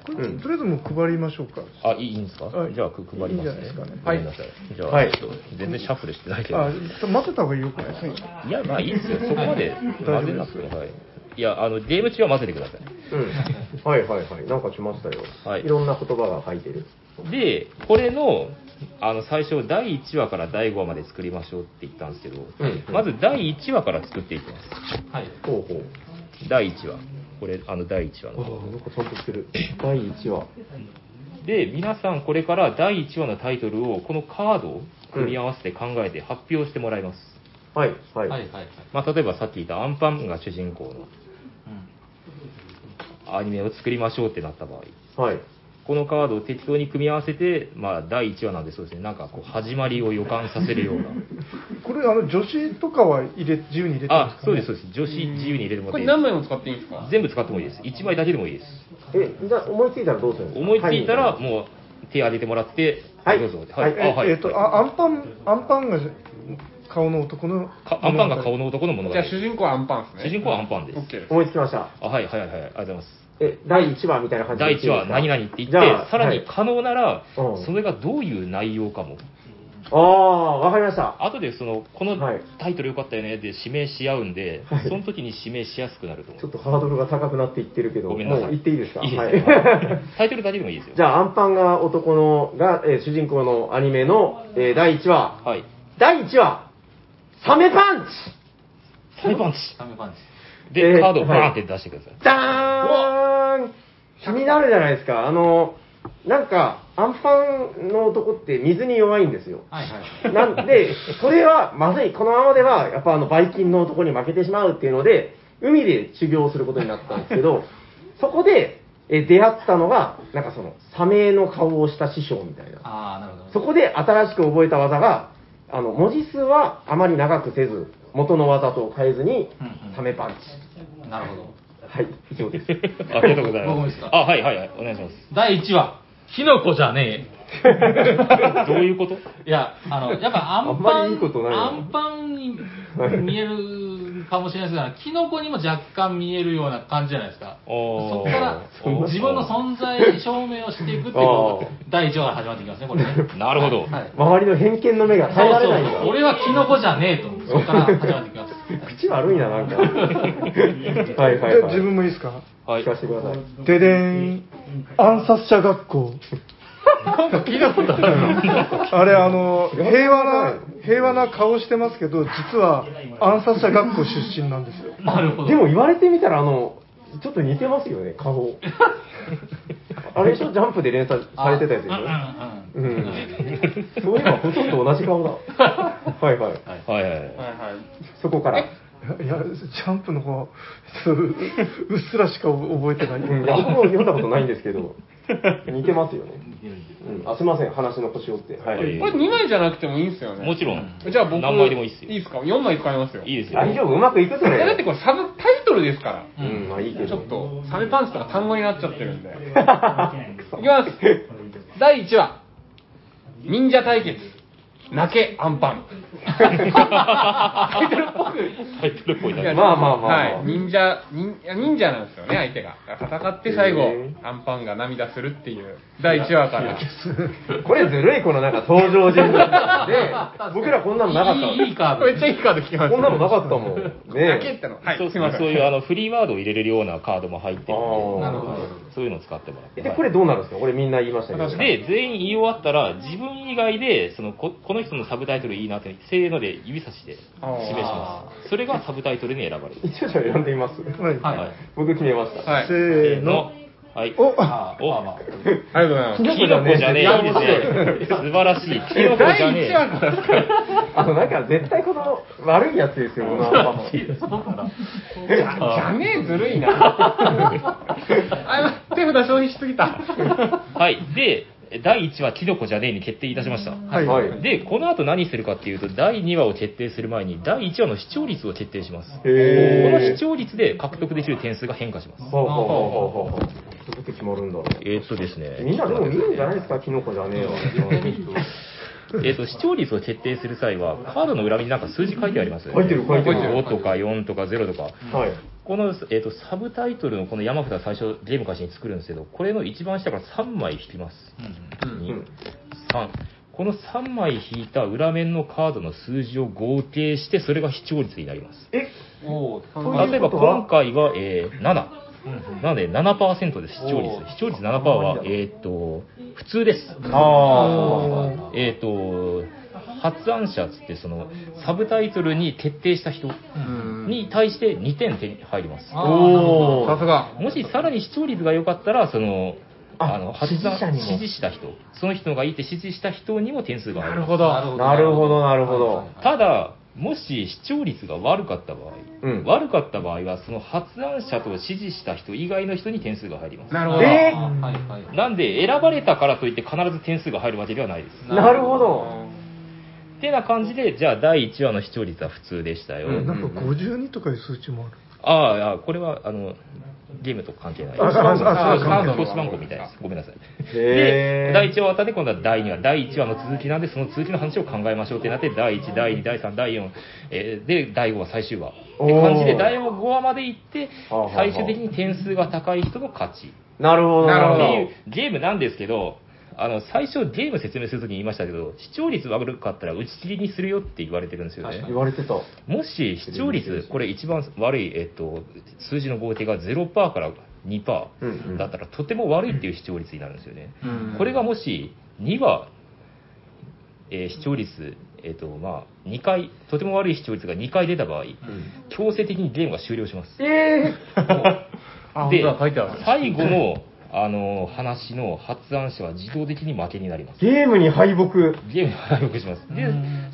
これうんとりあえずもう配りましょうか。あ、いいいいんですか、はいじゃあく配いりますいんじゃないでねすかね。ごめんなさい。じゃあ、はいちょっと全然シャッフルしてないけど。あい、待ってた方がよくないですかや、まあいいですよ。そこまで混ぜなくても。はい。いや、あの、ゲーム中は混ぜてください。うん。はいはいはい。なんか来ましたよ。はいいろんな言葉が書いてる。で、これの、あの、最初、第1話から第5話まで作りましょうって言ったんですけど、うんまず第1話から作っていきます。はい。ほうほう。第1話。これ、あの、第1話の。ああ、なんかちゃんとしてる。第1話。で皆さんこれから第1話のタイトルをこのカードを組み合わせて考えて発表してもらいます、はいは。はいいはいはい。まあ、例えばさっき言ったアンパンが主人公のアニメを作りましょうってなった場合はい。このカードを適当に組み合わせて、まあ、第1話なんでそうですねなんかこう始まりを予感させるようなこれ、あの、女子とかは入れ、自由 に入れてるんであすか、ね、そうですそうです女子自由に入れてもこられっ何てい枚も使っていいんですかい全部使ってもいいです1枚だけでもいいですえ、じゃあ思いついたらどうするんですか思いついたらはもう手挙げてもらって、はいどうぞはいえあはいえっ、と、あ、アンパン、アンパンが顔の男の。かアンパンが顔の男のものじゃあ主人公はアンパンですね。主人公はアンパンですオッケーです。思いつきました。あはいはいはいはいありがとうございますえ、第1話みたいな感じで第1話何々って言ってじゃあさらはにい可能なら、うんそれがどういう内容かもああ、わかりました。後でそのこのはいタイトル良かったよねで指名し合うんで、はいその時に指名しやすくなると思ちょっうとハードルが高くなっていってるけど、ごめんなさいもう言っていいですかいいですよはい。 タイトルだけでもいいですよじゃあ、アンパンが男の、が、えー主人公のアニメの、えー第1話。はい第1話、サメパンチサメパンチサメパンチ。で、えーカードをバーンって出してください、ダーン気になるじゃないですか。あの、なんか、アンパンの男って水に弱いんですよ。はいはい。なんで、それはまずい。このままでは、やっぱあの、バイキンの男に負けてしまうっていうので、海で修行することになったんですけ ど、そこで、え出会ったのが、なんかその、サメの顔をした師匠みたいな。ああ、なるほど。そこで新しく覚えた技が、あの、文字数はあまり長くせず、元の技と変えずにうんうん、サメパンチ。なるほど。はい、以上です。ありがとうござい僕もまいいすですかあはいはいはいお願いします第1話、キノコじゃね どういうことえ。いや、あの、やっぱアンあんパまン、りいいことないなアンパンに見えるかもしれないですが、キノコにも若干見えるような感じじゃないですか。そこから自分の存在証明をしていくっていうのが第1話から始まっていきますね、これね。なるほど、はい。周りの偏見の目が耐えられないんだ。俺はキノコじゃねえと、そこから始まっていきます。口悪いな、なん か。はいはいじゃあはい。自分もいいですかはい聞かせてください。ででーん。暗殺者学校。聞いたことあるあれ、あの、平和な、平和な顔してますけど、実は暗殺者学校出身なんですよ。なるほど。でも言われてみたら、あの、ちょっと似てますよね、 顔。あれでしょ、ジャンプで連載されてたやつでしょ。うううんんうん。ん。そういえばほとんど同じ顔だ。はいはい。はいはいはいはいはい。そこから。いや、ジャンプの方 は、ちょっとううっすらしか覚えてない。うん、いや僕も読んだことないんですけど、似てますよね。うん、あすいません、話の腰折って。ははいい。これ2枚じゃなくてもいいんですよね。もちろん。じゃあ僕、何枚でもいいっすよ。いいですか ?4 枚使いますよ。いいですよ。大丈夫、うまくいくそいやだっれて。これサブタイトルですから。うん、まあいいけちょどっ。と、サメパンチとか単語になっちゃってるん で。いきます第1話。忍者対決。泣けアンパン。タイトルっぽく。タイトルっぽいな。まあまあまあまあはい。忍者、忍いや忍者なんですよね、相手が。戦って最後へ、アンパンが涙するっていう、第1話から。これずるい、このなんか登場人物。ね僕らこんなのなかったいいいいカードめっちゃいいカード聞きました。こんなのなかったもん。泣けっねての。はい、そうすいません。そういうあのフリーワードを入れれるようなカードも入ってるんであーなるほどそういうのを使ってもらって。え。で、これどうなるんですかこれみんな言いましたけど。で、全員言い終わったら、自分以外で、そのこ、この人のサブタイトルいいなって、せーので指差しで示します。それがサブタイトルに選ばれる。一応じゃあ読んでみます。はい。はい。はい僕決めました。はい。せせーーのの。。はい。おあーまあまあ。ありがとうございます。キノコじゃねキノえ。いコいじゃねですね。素晴らしい。キノコじ第ゃね1話からですから。あの、なんか絶対この悪いやつですよ、このアンパンマンじゃじゃねえずるいな。あ、手札消費しすぎた。え。はい。で、第1話、キノコじゃねえに決定いたしました。はい。はい。で、この後何するかっていうと、第2話を決定する前に、第1話の視聴率を決定します。このへ視聴率で獲得できる点数が変化します。ほうほうほうほうほう。どうやって決まるんだろう。えーっとですね。みんなでも見るんじゃないですかか、キノコじゃねえわ。えーっと、視聴率を決定する際は、カードの裏になんか数字書いてありますよね。書いてる書いてる5とか4とか0とか。はい。この、えーっと、サブタイトルのこの山札最初、ゲーム開始に作るんですけど、これの一番下から3枚引きます。う2ん、 3。この3枚引いた裏面のカードの数字を合計して、それが視聴率になります。え、おお、そうい例えうばことは今回は、えー7。なので7%です、視聴率。視聴率7%は、えーっと、普通です。ああ、えっ、と、発案者っつって、その、サブタイトルに決定した人に対して2点手に入ります。おおさすが。もしさらに視聴率が良かったら、その、あの、支持者にも支持した人、その人がいいって支持した人にも点数が入ります。なるなるほど、なるほど。ただ、もし視聴率が悪かった場合、うん悪かった場合は、その発案者と支持した人以外の人に点数が入ります。なるほど。はいえはい。なんで、選ばれたからといって必ず点数が入るわけではないです。なるほど。てな感じで、じゃあ第1話の視聴率は普通でしたよ。うんなんか52とかいう数値もある。ああいや、これは、あの、ゲームと関係ない。あああカーそうドかコス番号みたいです。ごめんなさい。へでー、第1話終わったんで、今度は第2話。第1話の続きなんで、その続きの話を考えましょうってなって、第1、第2、第3、第4、えーで、第5話、最終話。って感じおで、ー第5話まで行ってはあはあ、最終的に点数が高い人の勝ち。なるほど、ななるるほほどど。っていうゲームなんですけど、あの、最初ゲーム説明するときに言いましたけど、視聴率悪かったら打ち切りにするよって言われてるんですよね。言われてた。もし視聴率、これ一番悪い、えっと、数字の合計が0%からうんうん2%だったらとても悪いっていう視聴率になるんですよね。うんこれがもし2は、えー視聴率、えっとまあ、2回、とても悪い視聴率が2回出た場合、強制的にゲームが終了します。 えあ、で本当だ、書いてある。最後のあの話の発案者は自動的に負けになりますー、。ゲームに敗北。ゲームが敗北します。で、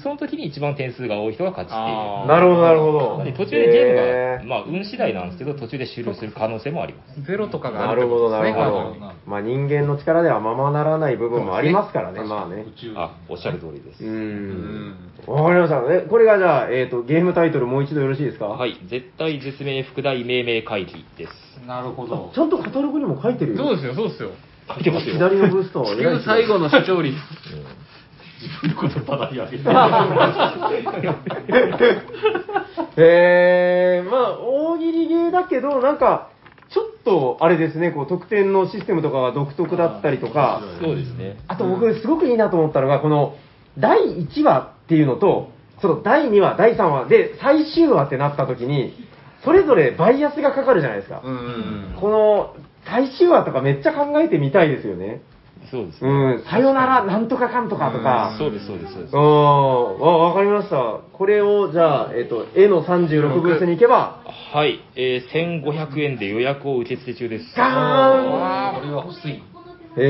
その時に一番点数が多い人が勝ちっていう。あーなるほど、なるほど。途中でゲームが、へまあ、運次第なんですけど、途中で終了する可能性もあります。ゼロとかがあなるっるてほこど、となでするほね。カードどには。まあ人間の力ではままならない部分もありますからね、まあね。宇宙。あ、おっしゃる通りですう。ん。わかりました。え、これがじゃあ、えっ、と、ゲームタイトルもう一度よろしいですか。はいい、絶対絶命副題命名会議です。なるほどち。ゃんとカタログにも書いてるよ。そうですよ、そうですよ。書いてますよ。左のブースト。地球最後の視聴率。自分のことばだや る。えー、まあ、大喜利ゲーだけど、なんか、ちょっと、あれですね、こう、得点のシステムとかが独特だったりとか、そうですね。あと僕、すごくいいなと思ったのが、この、第1話っていうのと、その第2話、第3話で、最終話ってなった時に、それぞれバイアスがかかるじゃないですかう。ん。この、最終話とかめっちゃ考えてみたいですよね。そうですうね。ん、さよなら、なんとかかんとかとか。そうです、そうです、そうですあ。あ、わかりました。これを、じゃあ、えっ、と、A の36ブースに行けば、はい、えー、1500円で予約を受付中です。ガーンこれは欲しい。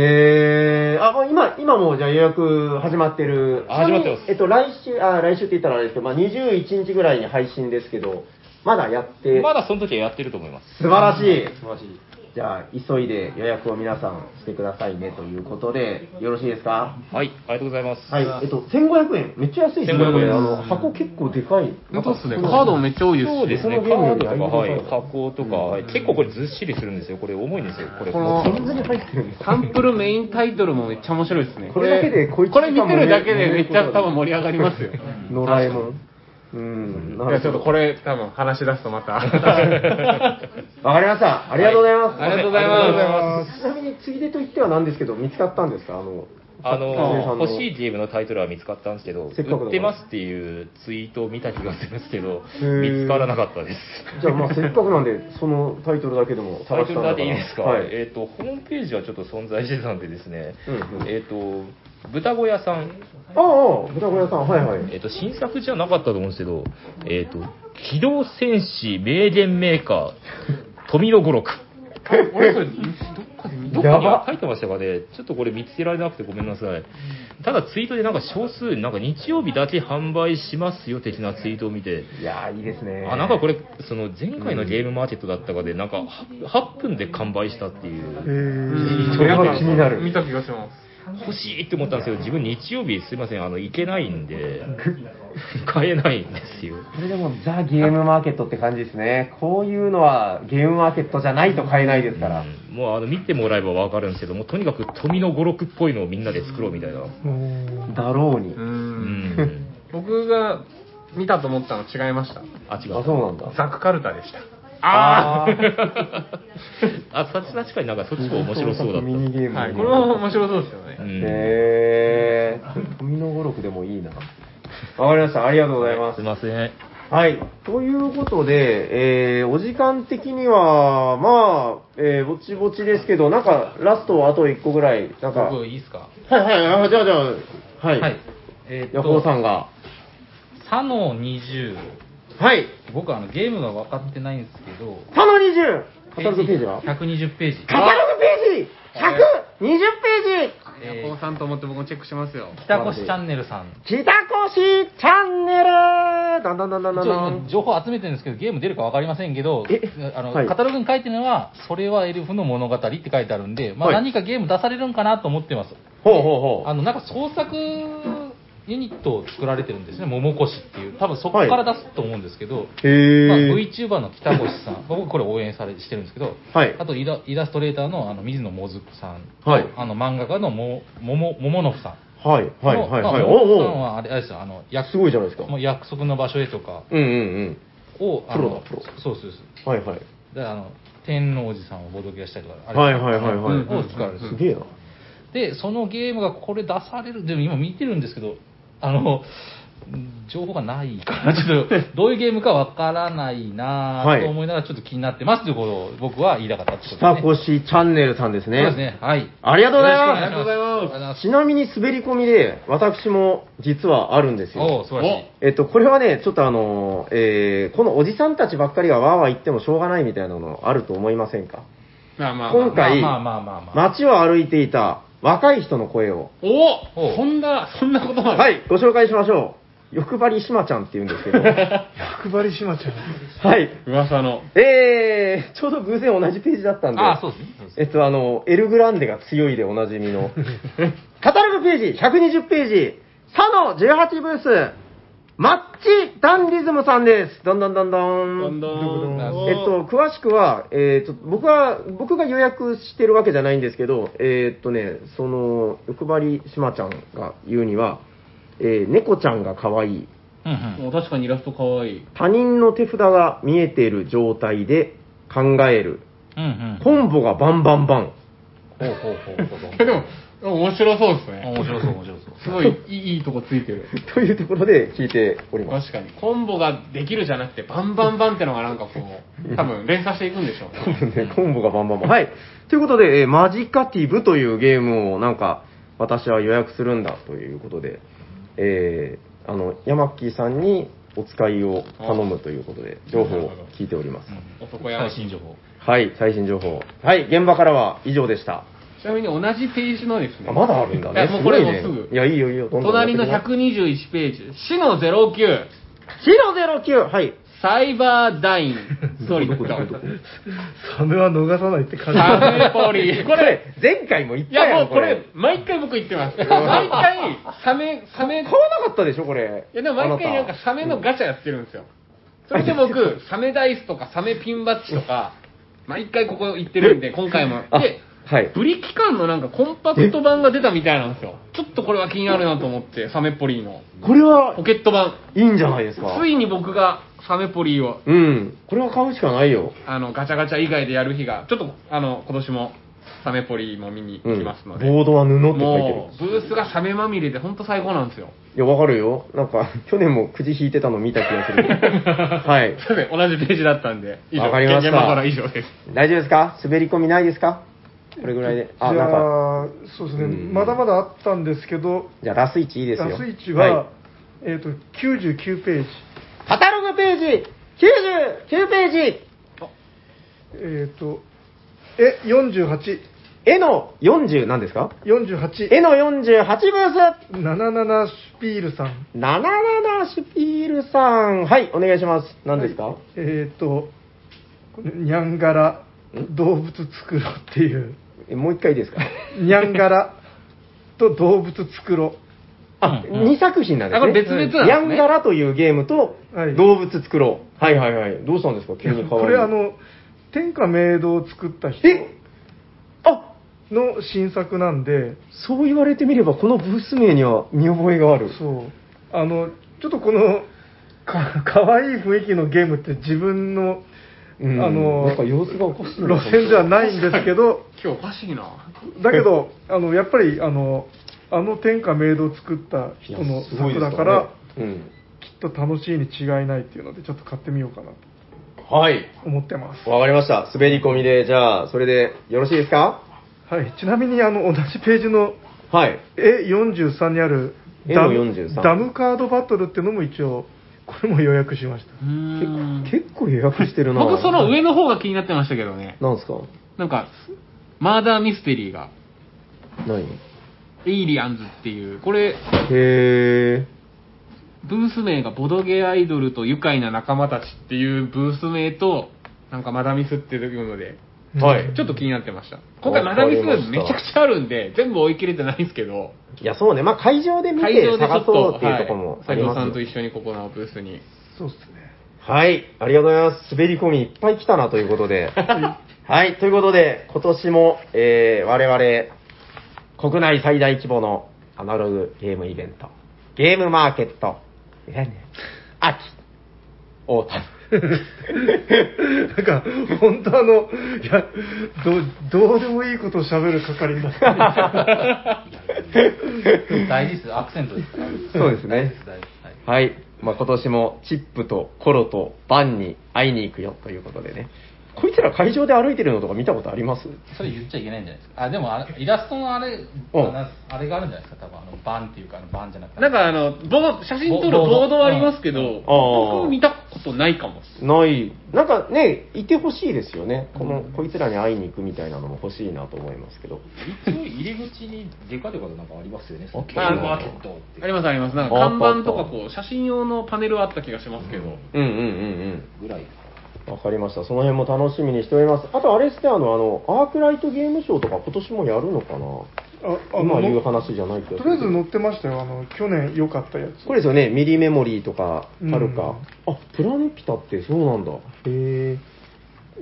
えー、あ、もう今、今もうじゃあ予約始まってる。あ始まってますちなみにえっと、来週、あ、来週って言ったらあれですけど、まあ、21日ぐらいに配信ですけど、まだやって、まだその時はやってると思います。素晴らしい。素晴らしい。じゃあ、急いで予約を皆さんしてくださいねということで、よろしいですかはい、ありがとうございます。はい、えっと、1500円。めっちゃ安いですね、 1500円これ。あの、箱結構でかい。本当っすね。カードめっちゃ多いです。そうですね、こカのゲーームドやとか、りましょうはい、箱とか、はい結構これずっしりするんですよ。これ重いんですよ。これ、このここんなに入ってるんですかサンプルメインタイトルもめっちゃ面白いですね。これだけでここれいつこれ見てるだけでめっちゃ多分盛り上がりますよ。い野良えもん。うん、なや、ちょるほど。っとこれ多分話し出すとまた。 わかりました。ありがとうございます。ありがとうございありがとうございまます。ちなみに、ついでと言ってはなんですけど、見つかったんですかあの、ああの、欲しいゲームのタイトルは見つかったんですけど、せっかくだから売ってますっていうツイートを見た気がするんですけど、ー見つからなかったです。じゃあ、まあ、せっかくなん で、そのタイトルだけでもタ探イトしルただらけいいですか、はい。えっ、と、ホームページはちょっと存在してたんでですね、うんうんえっ、と、豚小屋さん、ああ、豚小屋さん、はいはい。えっ、と、新作じゃなかったと思うんですけど、えっ、と、機動戦士名言メーカー、富野五六。俺、それ、どっかで見どこにやば書いてましたかねちょっとこれ見つけられなくてごめんなさい。ただツイートでなんか少数、なんか日曜日だけ販売しますよ的なツイートを見て、いやー、いいですね。あ、なんかこれ、その前回のゲームマーケットだったかで、なんかは8分で完売したっていう、えそれは気にな見る。た気がします。欲しいって思ったんですけど、自分日曜日すいません、あの、行けないんで、買えないんですよ。これでもザ・ゲームマーケットって感じですね。こういうのはゲームマーケットじゃないと買えないですから。うんもうあの見てもらえばわかるんですけども、とにかく富の五六っぽいのをみんなで作ろうみたいな。ーもうだろうにう。。うん ん。僕が見たと思ったの違いました。あ、違う。あ、そうなんだ。ザクカルタでした。ああ ああ、確確かになんかそっちも面白そうだっミニゲーム。 はい、これは面白そうですよねた。う。んへー。富の語録でもいいな。わかりました。ありがとうございますすい。ません。はい。ということで、えー、お時間的には、まあ、えー、ぼちぼちですけど、なんか、ラストあと1個ぐらい、なんか、僕、はいいですかはい、あじゃあじゃあ、はい。はい。えーヤっホーさと、んが、サノ20。はい。僕、あの、ゲームが分かってないんですけど、サノ20、カタログページはカ ?120 ページ。タログページ !120 ページえーヤコウさんと思って僕もチェックしますよ。北越チャンネルさん。北越チャンネルだんだんだんだ一んだ応んだ今ん。情報集めてるんですけど、ゲーム出るか分かりませんけどえ、あの、はいカタログに書いてるのは、それはエルフの物語って書いてあるんで、まあはい何かゲーム出されるんかなと思ってます。ほうほうほあの、なんか創作ユニットを作られてるんですね、桃越っていう。多分そこから出すと思うんですけど、う。へまあ、ー。 VTuber の北越さん、 僕これ応援されしてるんですけど、はいあとイライラストレーターのあの水野もずくさん、はいあの漫画家のもももものふさはい、んはい、のはい、まあはい。ものふさんおうおはあれあれですよ、あのう。すごいじゃないですか。もう約束の場所へとかうんうんうん。を、あのプロだプロそうそうそうはいはい。であの天王寺さんをボドゲアしたりとか、あれはいはいはいはいうんを使われてるすげえな。で、そのゲームがこれ出される、でも今見てるんですけど、あの、情報がないから、ちょっと、どういうゲームかわからないなはぁいと思いながら、ちょっと気になってますということを僕は言いたかったってこと北ですね。越チャンネルさんですそうですね。ね。はい。ありがとうございありがま。とうございます。ちなみに滑り込みで、私も実はあるんですすおよお、。素晴らしい。えっと、これはね、ちょっとあの、えーこのおじさんたちばっかりがわーわー言ってもしょうがないみたいなのあると思いませんかまあまあまあ今回、まあまあまあまあまあ。街を歩いていた若い人の声を、おおそんな、そんなことまで。はい、ご紹介しましょう。欲張りしまちゃんって言うんですけど、 は欲張りしまちゃん。い、噂の。えー、ちょうど偶然同じページだったんで、ああ、そうですね。そうですえっと、あの、エルグランデが強いでおなじみ の、カタログページ、120ページ、サの18ブース、マッチダンリズムさんです。どんどんどんどん。どんどん。えっと、詳しくは、えー、と僕は僕が予約してるわけじゃないんですけど、えーっとね、その欲張りしまちゃんが言うには、えー猫ちゃんが可愛いうんうん。もう確かにイラスト可愛い。他人の手札が見えている状態で考える、うんうん。コンボがバンバンバン、ほうほうほうほうほう。でも、面白そうですね。面白そう、面白そう。すごいいいいいとこついてる。というところで聞いております。確かに。コンボができるじゃなくて、バンバンバンってのがなんかこう、多分連鎖していくんでしょうね。 ねコンボがバンバンバン。はい。ということで、えーマジカティブというゲームをなんか、私は予約するんだということで、えーあの、ヤマッキーさんにお使いを頼むということで、情報を聞いております。男や最新情報。はい、最新情報。はい、現場からは以上でした。ちなみに同じページのですね。あまだあるんだいやね。もすうこごれいもねすぐ。い。や、いいよいいよ、どんどんやって隣みな。の121ページ、死の09、白09はい。サイバー ダインソリッド。サメは逃さないって感じ。サメポリ。これ、前回も言っいたや、やもん、うこれ、毎回僕言って ます。毎回、サメ、サメ、い買わなかったでしょ、これ。や、でも毎回なんかサメのガチャやってるんですよ。それで僕、サメダイスとかサメピンバッジとか、毎回ここ行ってるんで、今回も。あで、はい。ブリキカンのなんかコンパクト版が出たみたいなんですよ。ちょっとこれは気になるなと思って、サメポリーの。これはポ、ケット版。いいんじゃないですかつ。いに僕がサメポリーを、うん。これは買うしかないよ。あの、ガチャガチャ以外でやる日が、ちょっと、あの、今年もサメポリーも見にう行きん。ボますので。ードは布って書いてるも。う、ブースがサメまみれで、ほんと最高なんですよ。いや、わかるよ。なんか、去年もくじ引いてたの見た気がする。はい。すいません同じページだったんで、 以上、わかりました現場から以上です。大丈夫ですか滑り込みないですかこれぐらいで。あ、じゃなんか、あ、そうですね、うんまだまだあったんですけど、じゃあラスイチいいですよ。ラスイチは、いえっ、と、99ページ。カタログページ、99ページ、えっ、と、え、48、絵の40なんですか48、絵の48ブース77シュピールさん。 77シュピールさん。はい、お願いします。何ですか、えっ、と、これニャンガラ、動物作ろうっていう、えもう一回いいですかニャンガラ と動物作ろあ、うん2作品なんですね。あこれ別々なんですねヤンガラというゲームと、はい動物作ろう。はいはいはい。どうしたんですか急にう。可愛いこれあ、の、天下明堂を作った人えあの新作なんで、そう言われてみれば、このブース名には見覚えがある。そう。あの、ちょっとこの、かかわいい雰囲気のゲームって自分の、うんあのなんか様子がおかしいな路線ではないんですけど、今日おかしいな。だけど、 あのやっぱりあのあの天下明堂を作ったいや人のすごい作ですだから、ねうん。きっと楽しいに違いないっていうので、ちょっと買ってみようかなとはい。思ってます。わかりました。滑り込みで、じゃあ、それでよろしいですかはい、ちなみにあの同じページのはい。 A43 にあるダム A43 ダムカードバトルっていうのも一応、これも予約しました。結構予約してるな。僕、その上の方が気になってましたけどね。なんですかなんか、マーダーミステリーが、何エイリアンズっていう、これ、へブース名がボドゲアイドルと愉快な仲間たちっていうブース名と、なんかマダミスっていうので、ー。はい。ちょっと気になってました。今回マダミスめちゃくちゃあるんで、全部追い切れてないんですけど、いや、そうね。まあ、会場で見会て場でちょ探っと、そうっていうはところもい、あ斉り藤ますさよんと一緒にここのブースに。そうですね。はい。ありがとうございます。滑り込みいっぱい来たなということ で。はい。ということで、今年も、えー、我々、国内最大規模のアナログゲームイベント、ゲームマーケット、えらいね秋、オータム。 なんか、本当あの、いや ど、どうでもいいことを喋る係にな って大事です、アクセントですから。そうですね。大事ですはいはい。まあ、今年もチップとコロとバンに会いに行くよということでね。こいつら会場で歩いてるのとか見たことありますそれ言っちゃいけないんじゃないですか。あ、でもあれ、イラストのあれ、うんなあれがあるんじゃないですか、多分あの、バンっていうか、あのバンじゃなくて。なんかあの、ボー写真ボ撮るボーボードドはありますけど、ああ僕見たことないかも。ない。なんかね、いてほしいですよね。この、こいつらに会いに行くみたいなのも欲しいなと思いますけど。一応入り口にデカデカとなんかありますよね。あったゲームマーケットってありますあります。なんかああ看板とあかったこう、写真用のパネルはあった気がしますけど。うんうんうんぐらうい。ん。わかりました。その辺も楽しみにしております。あと、あれですね、あの、あの、アークライトゲームショーとか今年もやるのかなああ今の言うの話じゃないけど。とりあえず載ってましたよ、あの去年良かったやつ。これですよね、ミリメモリーとか、うんはるか、あ、プラネピタってそうなんだ。へえ。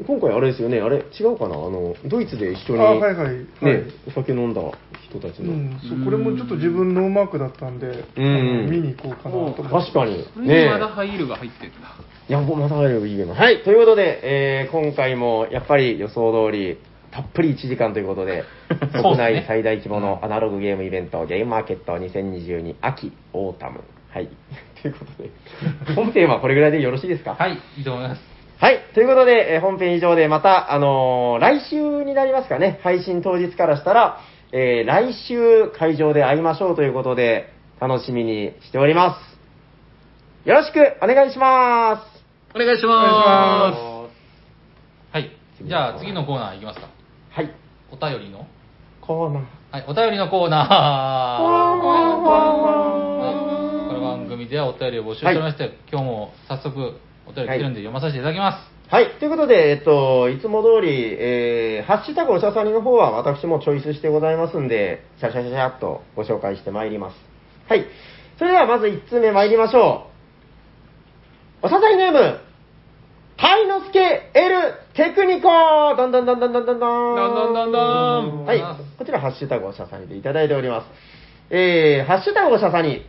今回あれですよね、あれ違うかな、あの、ドイツで一緒に、あはいはいはいね、お酒飲んだ人たちうの。ん、そうこれもちょっと自分ノーマークだったんで、うんあの見に行こうかなと思って。確かに。これねにまだハイヒールが入ってんだ。いや、もうまだあるよ、いいゲームはい、ということで、えー今回もやっぱり予想通り、たっぷり1時間というこ とで、国内最大規模のアナログゲームイベント、ゲームマーケット2022秋、オータム。はい。 ということで、本編はこれぐらいでよろしいですかはい、いいと思います。はい。ということで、えー本編以上で、また、あのー来週になりますかね、配信当日からしたら、えー来週会場で会いましょうということで、楽しみにしております。よろしくお願いします。お願いしまはい。じゃあ、次のコーナーいきますか。はい。お便りの。コーナー。はい、お便りのコーナー。はいこの番組ではお便りを募集しておりまして、今日も早速お便り来てるんで読まさせていただきます。はい。ということで、えっと、いつも通り、えー、ハッシュタグおしゃさりの方は私もチョイスしてございますんで、シャシャシャシャっとご紹介してまいります。はい。それではまず1通目参りましょう。おしゃさりネーム、タイノスケエルテクニコどんどんどんどんどんどんどんどんどんどんどんはい。こちら、ハッシュタグおしゃさにでいただいております。えー、ハッシュタグおしゃさに、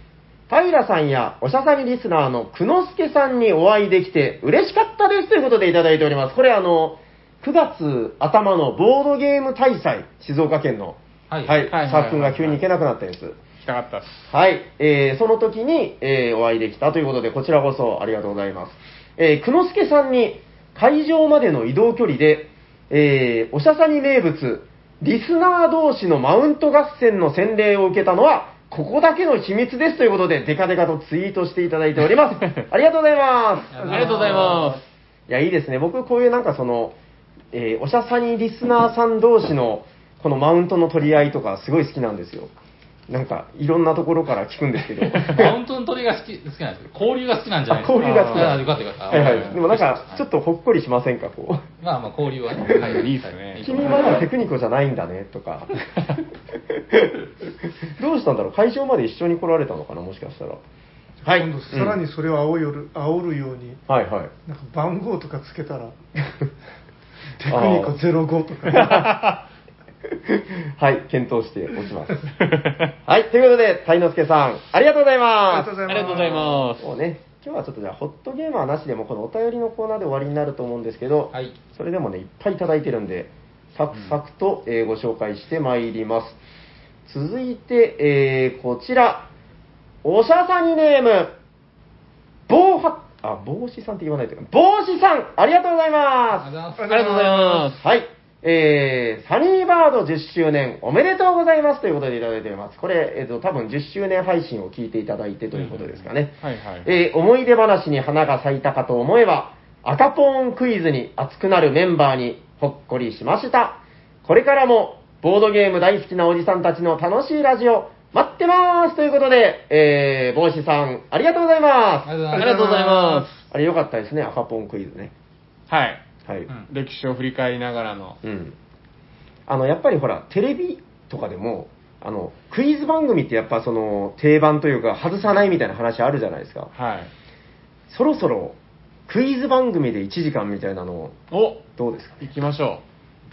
平さんやおしゃさにリスナーのくのすけさんにお会いできて嬉しかったですということでいただいております。これ、あの、9月頭のボードゲーム大祭、静岡県の、はいはい、はいサー君が急に行けなくなったやつ。来たかったっす。はい、えー、その時に、えーお会いできたということで、こちらこそありがとうございます。えー、久之助さんに会場までの移動距離で、えー、おしゃさに名物、リスナー同士のマウント合戦の洗礼を受けたのは、ここだけの秘密ですということで、デカデカとツイートしていただいております。ありがとうございます。ありがとうございます。いや、いいですね。僕、こういうなんかその、えーおしゃさにリスナーさん同士の、このマウントの取り合いとか、すごい好きなんですよ。なんか、いろんなところから聞くんで すけど。マウントの鳥が好き 好きなんですけど、交流が好きなんじゃないあですか。交流が好きあなあんよかったよかった。はいはい。でもなんか、ちょっと。とほっこりしませんか、こう。まあまあ、交流はね。はいいいっすね君まだテクニコじゃないんだね、と か。どうしたんだろう会場まで一緒に来られたのかな、もしかしたら。はい。今度さらにそれを煽る煽るようにうんはいはい。なんか番号とかつけ たらテクニコ05と かはい、検討しておきます。はい、ということで、鯛之助さん、ありがとうございます。。ありがとうございますもうね、今日はちょっとじゃあ、ホットゲーマーなしでも、このお便りのコーナーで終わりになると思うんですけど、はいそれでもね、いっぱいいただいてるんで、サクサクと、えーご紹介してまいります。続いて、えーこちら、おしゃさにネーム、帽は、あ、帽子さんって言わないというか、帽子さん、ありがとうございます。あありがとうございます。はい。えー、サニーバード10周年おめでとうございますということでいただいております。これ、えっ、と、多分10周年配信を聞いていただいてということですかね。はいはい。えー思い出話に花が咲いたかと思えば、赤ポーンクイズに熱くなるメンバーにほっこりしました。これからも、ボードゲーム大好きなおじさんたちの楽しいラジオ、待ってますということで、えー、帽子さん、ありがとうございます。りがとうございます。ありがとうございまあれ、よかったですね、赤ポーンクイズね。す。はい。はい。ん歴史を振り返りながらの。うん、あのやっぱりほらテレビとかでもあのクイズ番組ってやっぱその定番というか外さないみたいな話あるじゃないですかはい。そろそろクイズ番組で1時間みたいなのおどう ですか行きましょ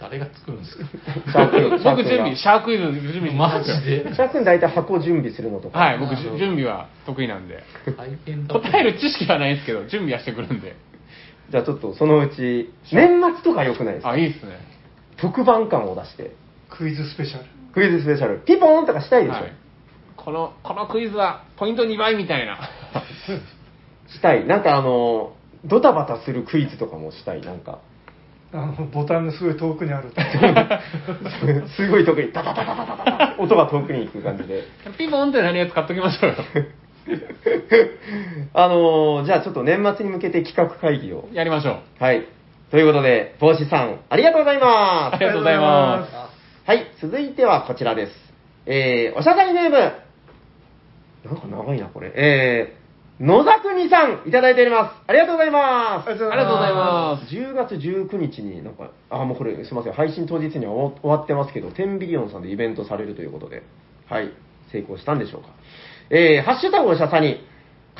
誰が作るんですか シャーう。クシャー僕ク準が備、シャークイズ準備しマまジすよでシャーク君大体箱準備するのとか、はい、僕じゅ準備は得意 なんで。大変だ。答える知識はないですけど、準備はしてくるん で。じゃあちょっとそのうち年末とか良くないですかあ、いいですね。特番感を出してクイズスペシャルクイズスペシャルピポーンとかしたいでしょ、はい。この、このクイズはポイント2倍みたいな。 したいなんかあのドタバタするクイズとかもしたいなんかあのボタンがすごい遠くにあ ると すごい特にタタタタタタタ音が遠くに行く感じでピボンってなるやつ買っときましょうよ。 あのーじゃあちょっと年末に向けて企画会議を。やりましょう。はい。ということで、帽子さん、ありがとうございあまりがとうございます。す。はい、続いてはこちらです。えー、おしゃべりネーム。なんか長いな、これ。えー、野田国さん、いただいております。ありがとうございます。ありがとうございまありがとうすございます。 10月19日になんか、あ、もうこれ、すいません、配信当日には終わってますけど、テンビリオンさんでイベントされるということで、はい、成功したんでしょうか。えー、ハッシュタグをしゃさに、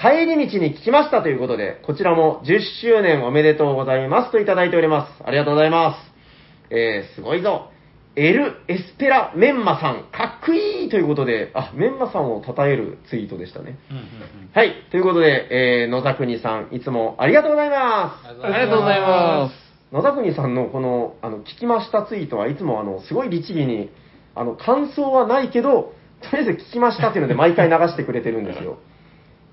帰り道に聞きましたということで、こちらも10周年おめでとうございますといただいております。ありがとうございます。えー、すごいぞ。エル・エスペラ・メンマさん、かっこいいということで、あ、メンマさんを称えるツイートでしたね。うんうんうんはい、ということで、えー、野田国さん、いつもありがとうございます。ありありがとうございます。野田国さんのこの、あの、聞きましたツイートはいつもあの、すごい律儀に、あの、感想はないけど、とりあえず聞きましたっていうので毎回流してくれてるんですよ。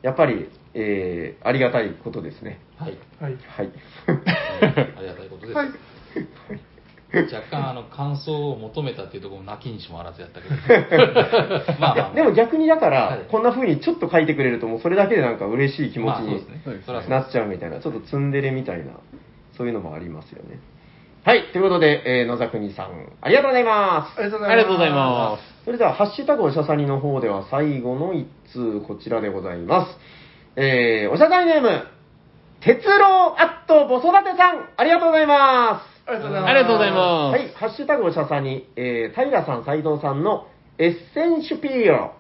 やっぱり、えー、ありがたいことですね。はい。はいはい。ありがたいことです。はい若干あの感想を求めたっていうところも泣きにしもあらずやったけどまあまあ、まいやあ、でも逆にだから、はいこんな風にちょっと書いてくれるともうそれだけでなんか嬉しい気持ちまあそうにですねそうですそれはそうなっちゃうみたいな、ちょっとツンデレみたいな、そういうのもありますよね。はい、ということで、えー、野田国さん、ありがとうございます。ありがとうございますありがとうございまそれでは、ハッシュタグおしゃさにの方では最後の一通、こちらでございます。えー、おしゃさにネーム、鉄郎アットボソダテさん、ありがとうございます。ありがとうございますありがとうございますはい、ハッシュタグおしゃさに、えー、平さん、斎藤さんのエッセンシュピーロ、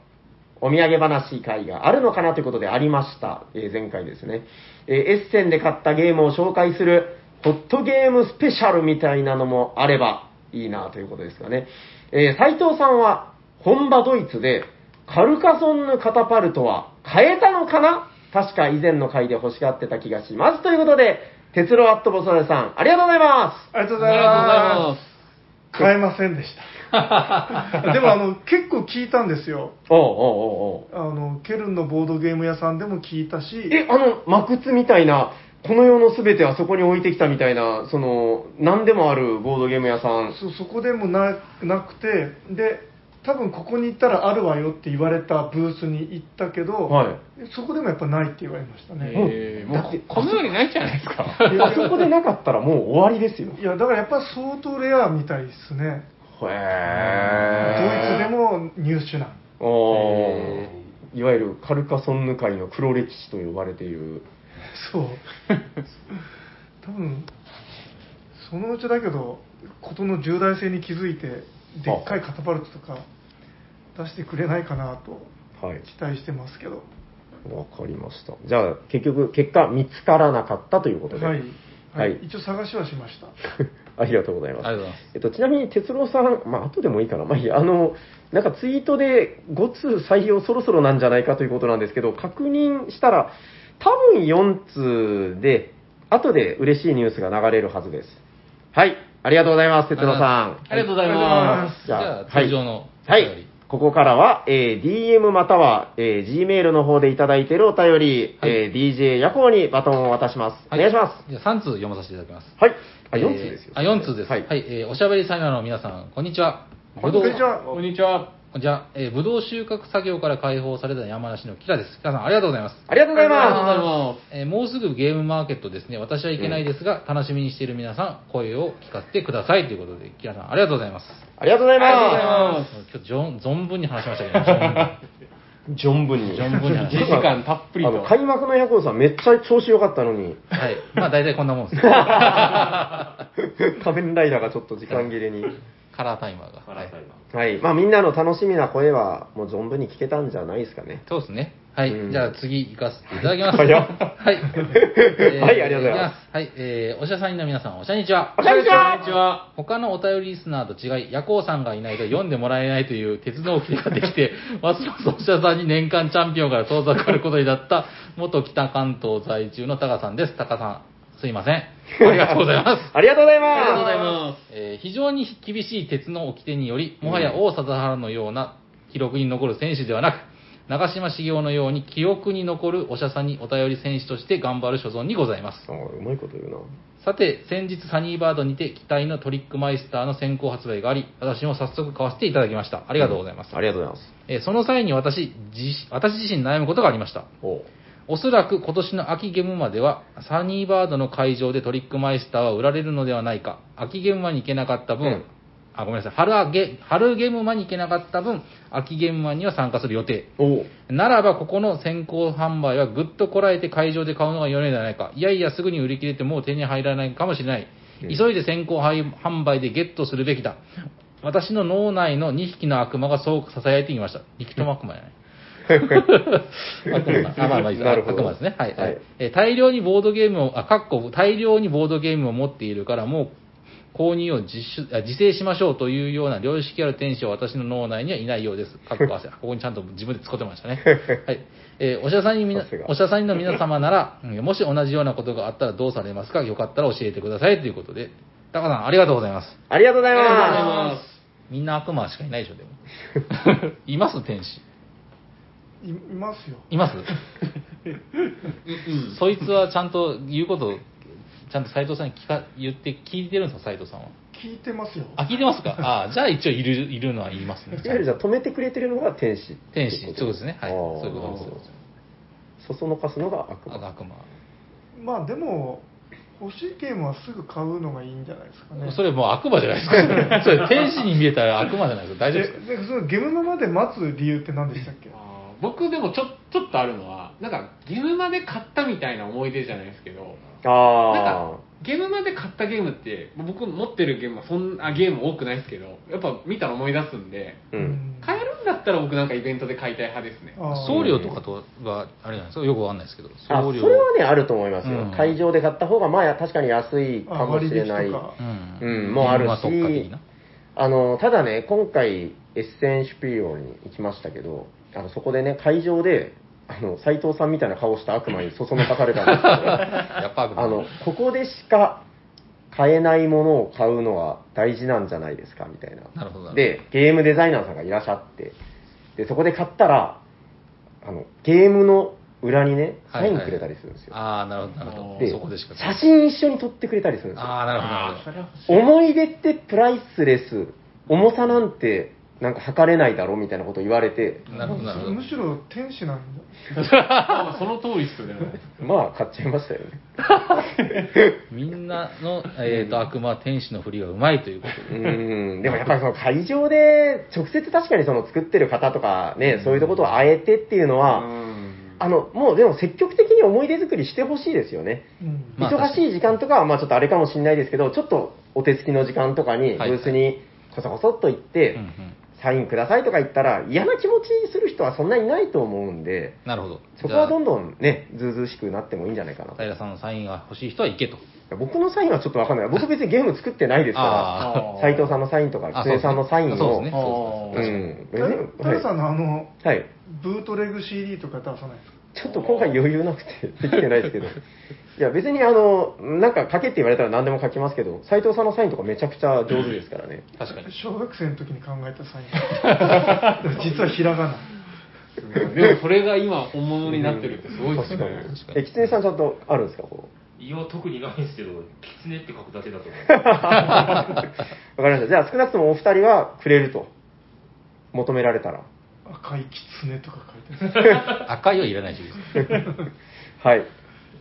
お土産話会があるのかなということでありました。えー前回ですね。えーエッセンで買ったゲームを紹介する、ホットゲームスペシャルみたいなのもあればいいなということですかね。えー、斎藤さんは、本場ドイツで、カルカソンヌカタパルトは変えたのかな確か以前の回で欲しがってた気がします。ということで、鉄郎アットボソダさん、ありがとうございます。ありがとうごあざりいがとうございま。ます買えませんで した。でも、あの、結構聞いたんですよ。おうおうおうおうあの、ケルンのボードゲーム屋さんでも聞いたし、え、あの、マクツみたいな、この世のすべてはそこに置いてきたみたいな、その、何でもあるボードゲーム屋さん。そそこでもななくて、で、多分ここに行ったらあるわよって言われたブースに行ったけど、はいそこでもやっぱないって言われましたね。えーもだってうここのようにないじゃないです か。いやあそこでなかったらもう終わりですよ。いや、だからやっぱ相当レアみたいですね。ドイツへでも入手なん。おーいわゆるカルカソンヌ界の黒歴史と呼ばれている。そう。多分そのうちだけど、事の重大性に気づいて、でっかいカタパルトとか出してくれないかなとはい。期待してますけど。わかりました。じゃあ、結局、結果、見つからなかったということで。はい。ははいい、一応探しはしました。 ありがとうございます。ありがとうございますえっと、ちなみに、哲郎さん、まあ、後でもいいかな。まあ、いいやあの、なんかツイートで5通採用そろそろなんじゃないかということなんですけど、確認したら、多分4通で、後で嬉しいニュースが流れるはずです。はい。ありがとうございます、哲郎さん。ありがとうございます。じじゃゃああ、通常の。はい。ここからは、えー DM または、えー Gmail の方でいただいているお便り、はいえー DJ 夜行にバトンを渡します。お願いします。す。じゃあ、3通読まさせていただきます。はい。あ、えー4通ですよ。あ、4通です。ははいい。えーおしゃべりサイナーの皆さん、こんにちは。こんにちはぶどうこんにちは。じゃあ、えー、ぶどう収穫作業から解放された山梨のキラです。キラさん、ありがとうございます。ありがとうございありがとうございまます。えーもうすぐゲームマーケットですね。私は行けないですが、楽しみにしている皆さん、声を聞かせてください。ということで、キラさん、ありがとうございます。す。ありがとうございありがとうございまます。今日、じょん存分に話しましたけど、ね、す。存分に。存分 に話し1ま一し時間たっぷりあと。の、開幕のヤコウさんめっちゃ調子良かったの に、た。はい。まあ、大体こんなもんです。カ仮面ライダーがちょっと時間切れに。ラータイマーが。はいはい。まあみんなの楽しみな声はもう存分に聞けたんじゃないですかね。そうですね。はい。うんじゃあ次行かせていただきます。はいはい。早っ はいはい。ありがとうございますはい。えー、おしゃさんの皆さん、おしゃにちは。おしゃにちはこんにちは。他のお便りリスナーと違い、夜行さんがいないと読んでもらえないという鉄の切りができて、 ますますおしゃさんに年間チャンピオンから遠ざかることになった、元北関東在住のタカさんです。タカさん、すいません。ありがとうございます。ありがとうございます。ありがとうございます。えー非常に厳しい鉄の掟により、もはや王貞治のような記録に残る選手ではなく、長嶋茂雄のように記憶に残るおしゃさんにお便り選手として頑張る所存にございます。あ、うまいこと言うな。さて、先日サニーバードにて期待のトリックマイスターの先行発売があり、私も早速買わせていただきました。ありがとうございます。ありがとうございます。えーその際に私自私自身悩むことがありました。おうおそらく今年の秋ゲムまでは、サニーバードの会場でトリックマイスターは売られるのではないか。秋ゲムマに行けなかった分、うんあ、ごめんなさい。春あげ春ゲムマに行けなかった分、秋ゲムマには参加する予定。おうならば、ここの先行販売はぐっとこらえて会場で買うのが良いのではないか。いやいや、すぐに売り切れてもう手に入らないかもしれない。うん急いで先行販販売でゲットするべきだ。私の脳内の2匹の悪魔がそう囁いていました。2匹とも悪魔 じゃない。悪魔あまあまあいいですなるほど悪魔ですね。はい。はいえー大量にボードゲームを、あ、かっこ、大量にボードゲームを持っているから、もう購入を自主あ自制しましょうというような良識ある天使は私の脳内にはいないようです。かっこ 汗。ここにちゃんと自分で使ってましたね。はい。えーおしゃさんにみなさすがおしゃさんの皆様なら、うんもし同じようなことがあったらどうされますかよかったら教えてくださいということで。タカさん、ありがとうございます。ありがとうございありがとうございま。ますみんな悪魔しかいないでしょ、でも。 います天使。いいますよ。います す。うんそいつはちゃんと言うことを、ちゃんと斉藤さんに聞か言って聞いてるんですか、斉藤さんは。聞いてますよ。あ、聞いてますかああ、じゃあ一応いるいるのは言いますね。いわゆるじゃあ止めてくれてるのが天使。天使、そうですね。はい。あーそういうことです。そそのかすのが悪魔。あ悪魔。まあでも、欲しいゲームはすぐ買うのがいいんじゃないですかね。それもう悪魔じゃないですか。それ天使に見えたら悪魔じゃないですか。大丈夫ですかえでそのゲームマまで待つ理由って何でしたっけあー僕でもちょちょっとあるのはなんか、ゲームまで買ったみたいな思い出じゃないですけど、なんあか、ゲームまで買ったゲームって、僕持ってるゲームはそんな、あゲーム多くないですけど、やっぱ見たら思い出すんで、ー。うん。買えるんだったら僕なんかイベントで買いたい派ですね。あー送料とかとは、あれなんですかよくわかんないですけど。あ、そ送れ料。はね、あると思いますようん。会場で買った方が、まあ、確かに安いかもしれなあ割引い。とかうん。うんもうあるしま特化的な。あの、ただね、今回、エッセンシュピリオンに行きましたけど、あの、そこでね、会場で、あの、斎藤さんみたいな顔した悪魔にそそのかされたんですけやっぱ、 ど、あの、ここでしか買えないものを買うのは大事なんじゃないですか、みたいな。なるほど。で、ゲームデザイナーさんがいらっしゃって、で、そこで買ったら、あの、ゲームの裏にね、サはいイはいンくれたりするんですよ。ああ、なるほど、なるほど。でそこでしか。写真一緒に撮ってくれたりするんですよ。ああ、なるほど、なるほど。れは思い出ってプライスレス、重さなんてなんか測れないだろみたいなこと言われて、なるほど、なるほど。むしろ天使なんだまあその通りっすよね。まあ買っちゃいましたよね。みんなの、えっ、と、悪魔、天使の振りがうまいということうーん、でもやっぱりその会場で直接確かにその作ってる方とかね、そういうとこと をあえてっていうのうは、ん。あの、もうでも積極的に思い出作りしてほしいですよね。うんまあ忙しい時間とかはまあちょっとあれかもしれないですけど、ちょっとお手つきの時間とかにブはいースにこそこそっと行って、で。うんうん。サインくださいとか言ったら嫌な気持ちにする人はそんなにいないと思うんで、なるほど。そこはどんんどんね、ずうずうしくなってもいいんじゃないかなと。平さんのサインが欲しい人は行けと。僕のサインはちょっとわかんない。僕別にゲーム作ってないですかあら、斎藤さんのサインとか、あ久江さんのサインあそを。うですねうん。あタレタレさんのあのはい。ブートレグ CD とか出さないですかちょっと今回余裕なくて、できてないですけど。いや、別にあの、なんか書けって言われたら何でも書きますけど、斎藤さんのサインとかめちゃくちゃ上手ですからね。確かに。小学生の時に考えたサイン でも実はひらがなーでもそれが今本物になってるってすごいです確かね。に確か。にえ、狐さんちゃんとあるんですかこう。いや、特にないんですけど、キツネって書くだけだと思う。わかりました。じゃあ少なくともお二人はくれると。求められたら。赤い狐とか書いてある赤いはいらないし。はい。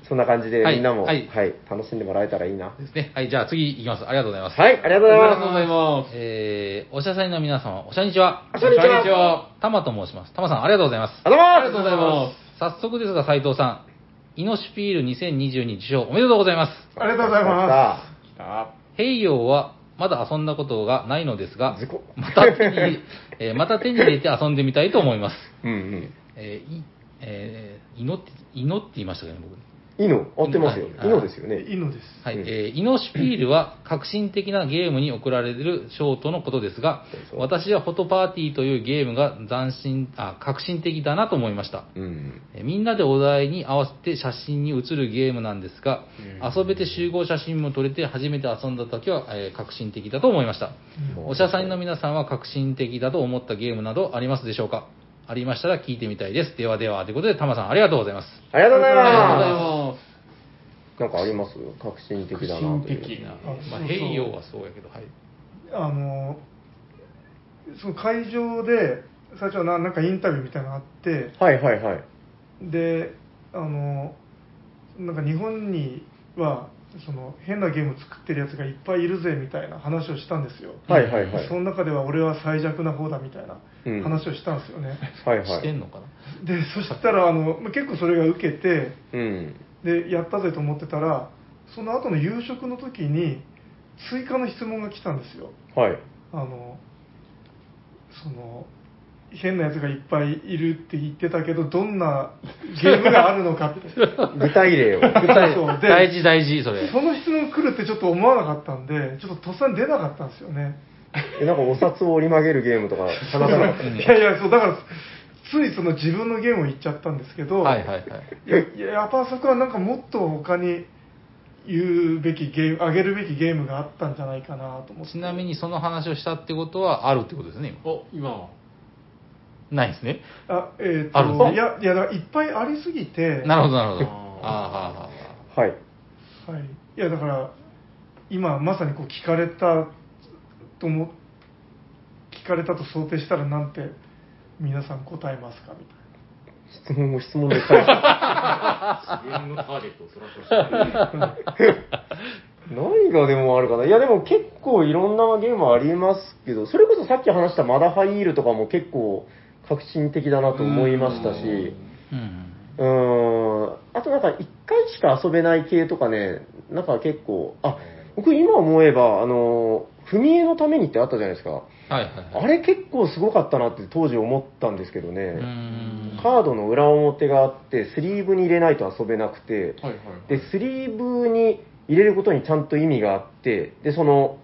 そんな感じではいみんなも、ははいい、楽しんでもらえたらいいな。ですね。はい、じゃあ次行きます。ありがとうございます。はい、ありがとうございありがとうごまざいます。えー、おしゃさんの皆様、おしゃにちは。おしゃにちはおたまと申します。たまさん、ありがとうございます。す。ありあがりとがうございとうごます。ざいます。早速ですが、斉藤さん。イノシピール2022受賞おめでとうございます。ありがとうございま来たヘイヨーはまだ遊んだことがないのですがずこ、また手に入れ、えーまた手に入れて遊んでみたいと思います。うんうん。えー、い、えー、イノって、イノって言いましたかね、僕。イノ、合ってますよ。はいイノですよすね。犬ですはい、うんえーイノシピールは革新的なゲームに贈られる賞とのことですがそう、そう私はフォトパーティーというゲームが斬新、あ、革新的だなと思いました。うん。えーみんなでお題に合わせて写真に写るゲームなんですが、遊べて集合写真も撮れて初めて遊んだ時は、えー革新的だと思いました。おしゃさんの皆さんは革新的だと思ったゲームなどありますでしょうかありましたら聞いてみたいです。ではでは、ということで、タマさんありがとうございます。ありがとうございありがとうございまます。す。なんかあります革新的だなとい革新う。あそうそうまあ、ヘイヨーはそうやけど、はい。あのその会場で最初はななんかインタビューみたいなのあってはいはいはい。であのなんか日本にはその変なゲーム作ってるやつがいっぱいいるぜみたいな話をしたんですよはいはいはい。その中では俺は最弱な方だみたいな話をしたんですよね、はいはしてん い。のかなでそしたらあのまあ結構それが受けてうん。でやったぜと思ってたらその後の夕食の時に追加の質問が来たんですよはい。あのその変なやつがいっぱいいるって言ってたけどどんなゲームがあるの かって具体例を。そうで大事大事、それ。その質問来るってちょっと思わなかったんでちょっととっさに出なかったんですよねえ、なんかお札を折り曲げるゲームとか話さなかっ たいやいやそうだからついその自分のゲームを言っちゃったんですけど、はいはいはい。いやいややっぱあそこはなんかもっと他に言うべきゲームあげるべきゲームがあったんじゃないかなと思ってちなみにその話をしたってことはあるってことですね、今お、今は。ないですね。あえっ、あるんですとねいやいやだからいっぱいありすぎてなるほどなるほど。あーあはい。はい、いやだから今まさにこう聞かれたとも聞かれたと想定したらなんて皆さん答えますかみたい質問を質問で返す。ゲームのターゲットをそらそらしてる。何がでもあるかな。いやでも結構いろんなゲームありますけど、それこそさっき話したマダハイールとかも結構革新的だなと思いましたし、ーあー。うんうーん。あとなんか一回しか遊べない系とかね、なんか結構、あ、僕今思えば、あの、踏み絵のためにってあったじゃないですか。はいはいはい。あれ結構すごかったなって当時思ったんですけどうーね。ん。カードの裏表があって、スリーブに入れないと遊べなくて、はいはい。で、スリーブに入れることにちゃんと意味があって、で、その、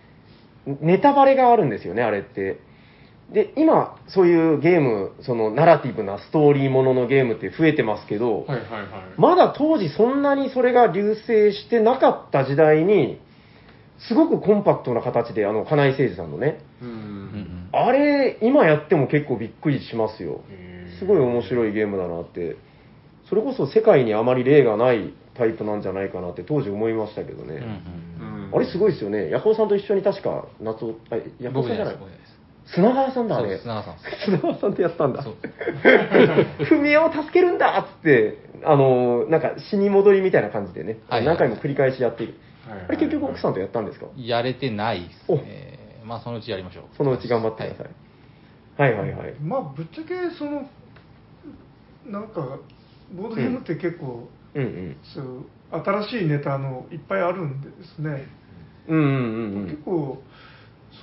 ネタバレがあるんですよね、あれって。で、今、そういうゲーム、その、ナラティブなストーリーもののゲームって増えてますけど、はいはいはい。まだ当時そんなにそれが流星してなかった時代に、すごくコンパクトな形で、あの、金井誠司さんのね、う。うんんあれ、今やっても結構びっくりしますよ。すごい面白いゲームだなって。それこそ世界にあまり例がないタイプなんじゃないかなって当時思いましたけどね。うん。うんあれすごいですよね。ヤコウさんと一緒に確か夏を、あ、うヤん。コウ僕さじゃんじないです、僕じゃないゃないです。砂川さんだ、あそうでれす、。長さんです。砂川さんとやったんだそう。 踏み絵を助けるんだっつって、あのーなんか死に戻りみたいな感じでね、はい何回も繰り返しやっている。はいあれ結局奥さんとやったんですかやれてないですね。まあ、そのうちやりましょう。そのうち頑張ってください。はい、はい、はいはい。まあぶっちゃけそのなんかボードゲームって結構、うんうん。そう新しいネタのいっぱいあるんですね、うんうんうんう結ん。構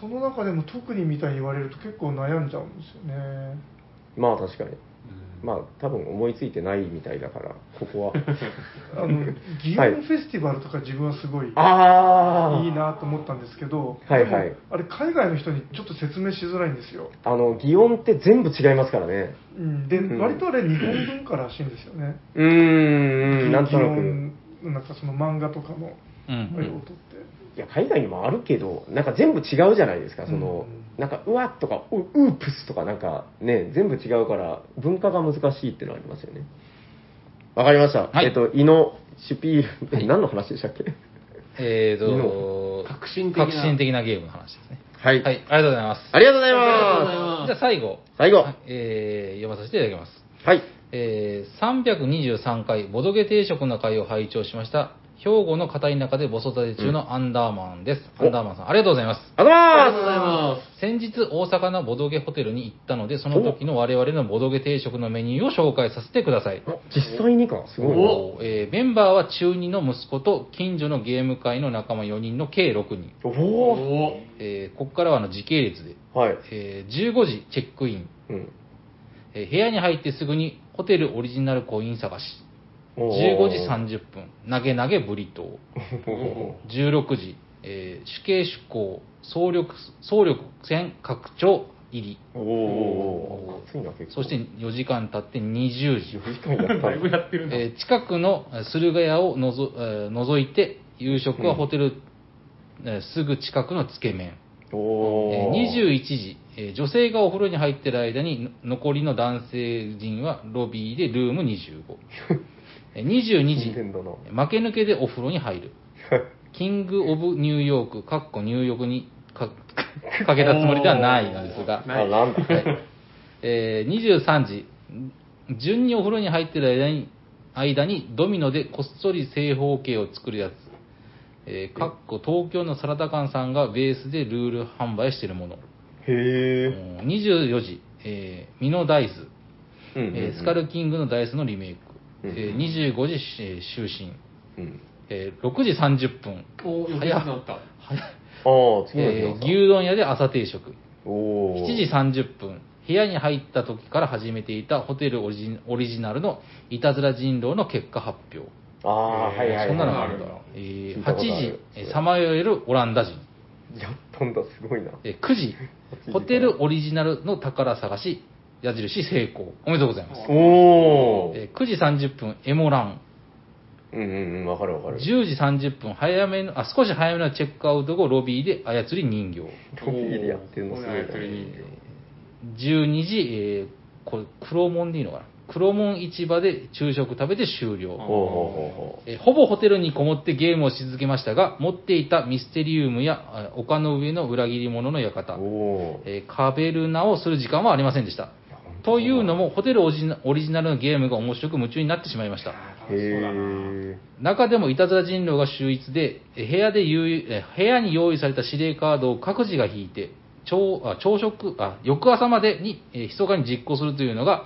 その中でも特にみたいに言われると結構悩んじゃうんですよねまあ確かに。まあ多分思いついてないみたいだから、ここは。あ のギはいームフェスティバルとか自分はすごいああいいなと思ったんですけど、はいはいでもあれ海外の人にちょっと説明しづらいんですよ、あの、擬音って全部違いますからね。うん、で、うん割とあれ日本文化らしいんですよね、うーん、うん、なんとな擬く。音なんかその漫画とかのうんああいう音っうて、いや、海外にもあるけど、なんか全部違うじゃないですか、その、うんなんか、うわっとか、う、うーぷすとか、なんか、ね、全部違うから、文化が難しいっていうのはありますよね。わかりました。はいえっと、イノ、シュピール、えはい何の話でしたっけん。えーいいと、革新的な革新的なゲームの話ですね。ははい、ありがとうございます。ありがとうございありがとうございまますじゃあ最後。最後はいえー読ませていただきます。す。はい。えー323回、ボドゲ定食の会を拝聴しました。兵庫の片田舎でボソ立て中のアンダーマンです。おアンダーマンさん、ありがとうございます。ありありががととううごござざいいます。ま先日大阪のボドゲホテルに行ったので、その時の我々のボドゲ定食のメニューを紹介させてください。お実際にか、すごいな。おえーメンバーは中2の息子と近所のゲーム会の仲間4人の計6人。おす。おおお。えーここからはあの時系列で、はい。えー15時チェックイン、うん。えー部屋に入ってすぐにホテルオリジナルコイン探し、お15時30分、投げ投げブリトー。ー。 16時、えー主計主攻、総力、総力戦拡張入り。おお暑いな、結構。そして4時間経って20時。 4時間や っただいぶのやってるな。えー近くのえー駿河屋をのぞ、えー覗いて、夕食はホテル、えーすぐ近くのつけ麺。えーおー21時、えー女性がお風呂に入ってる間に、の残りの男性陣はロビーでルーム25。えー22人時、間だな。負け抜けでお風呂に入る。キング・オブ・ニューヨーク、かっこニューヨークにか かけたつもりではないのですが、あ、なんだ。はいえー23時、順にお風呂に入ってる間に、間にドミノでこっそり正方形を作るやつ、えーかっこ東京のサラダ館さんがベースでルール販売しているもの、へえ。うん24時、えーミノダイス、うんうんうんえースカルキングのダイスのリメイク、うんえー25時、えー就寝、うんえー6時30分、おお、よく早っなった。早っああ、次の日えーの牛丼屋で朝定食おお。 7時30分部屋に入った時から始めていたホテルオリジオリジナルのいたずら人狼の結果発表ああ、はいはいはい。そんなのがあるるんんだだ、え聞ーいた8ことあ時るさまよえるオランダ人、やったんだ、すごいな。えー9時8ホテルオリジナルの宝探し矢印成功おめでとうございます、おお。えー9時30分エモランうんうんうん、わかるわかる。 10時30分早めのあ少し早めのチェックアウト後ロビーで操り人形ロビーでやってんのすごいなおーこれ操り人形12時、えーこれ黒門でいいのかな黒門市場で昼食食べて終おー了、おえーほぼホテルにこもってゲームをし続けましたが持っていたミステリウムやあ丘の上の裏切り者のーおー館、おー。えーカベルナをする時間はありませんでしたというのもホテルオリジナオリジナルのゲームが面白く夢中になってしまいましたへえ。中でもいたずら人狼が秀逸で、え部屋で有え部屋に用意された指令カードを各自が引いて、朝あ朝食あ翌朝までに、え密かに実行するというのが、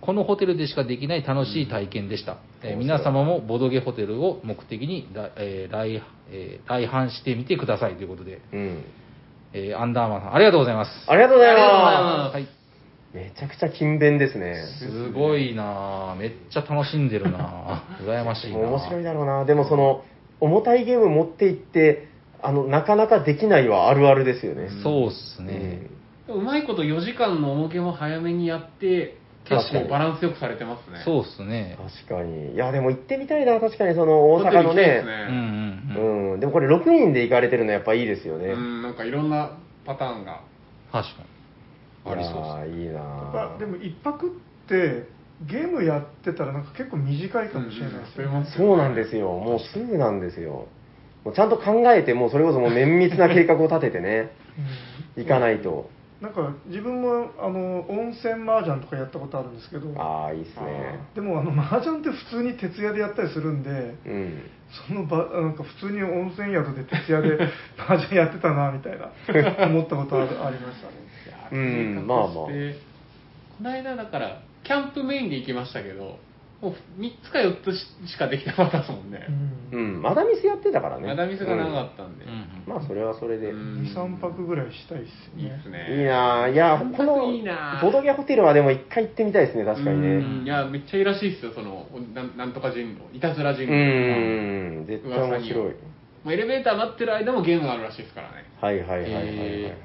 このホテルでしかできない楽しい体験でした。えー皆様もボドゲホテルを目的に来、えー来えー来阪してみてくださいということで、うん。えーアンダーマンさん、ありがとうございます。ありがとうございはまい、す。めちゃくちゃ勤勉ですね。すごいなぁ。めっちゃ楽しんでるなぁ。羨ましいなぁ。面白いだろうな。でもその、重たいゲーム持って行って、あの、なかなかできないはあるあるですよね。そうっすうね。んうまいこと4時間の重けも早めにやって、景色もバランスよくされてますね。そうっすね。確かに。いや、でも行ってみたいな、確かにその、大阪のホテル行きたいですね。うんうんうん。うん。でもこれ6人で行かれてるのやっぱいいですよね。うん、なんかいろんなパターンが。確かに。ありそういいなあでも一泊ってゲームやってたらなんか結構短いかもしれないですよね、そうなんですよ。もうすぐなんですよ。もうちゃんと考えて、もうそれこそもう綿密な計画を立ててね、行かないと。うんなんか自分もあの温泉麻雀とかやったことあるんですけどああ、いいっすね。でもあの麻雀って普通に徹夜でやったりするんでうん。その場なんか普通に温泉宿で徹夜で 麻雀やってたなみたいな思ったことあるありましたねうん、まあまあ。でこの間だから、キャンプメインで行きましたけど、もう3つか4つししかできなかったですもんねう。んうん、まだミスやってたからね。まだミスが長かったんで。うんうんまあ、それはそれで。うん23泊ぐらいしたいっすいいよでねすいいね。なぁ。いや、このいいなぁボドゲホテルはでも一回行ってみたいですね、確かにね。うんいや、めっちゃいいらしいですよ、その、なんなんとか人狼、いたずら人う狼。ん、絶対面白い。まあ、エレベーター待ってる間もゲームがあるらしいですからね。はいはいはいはいはいはいえ。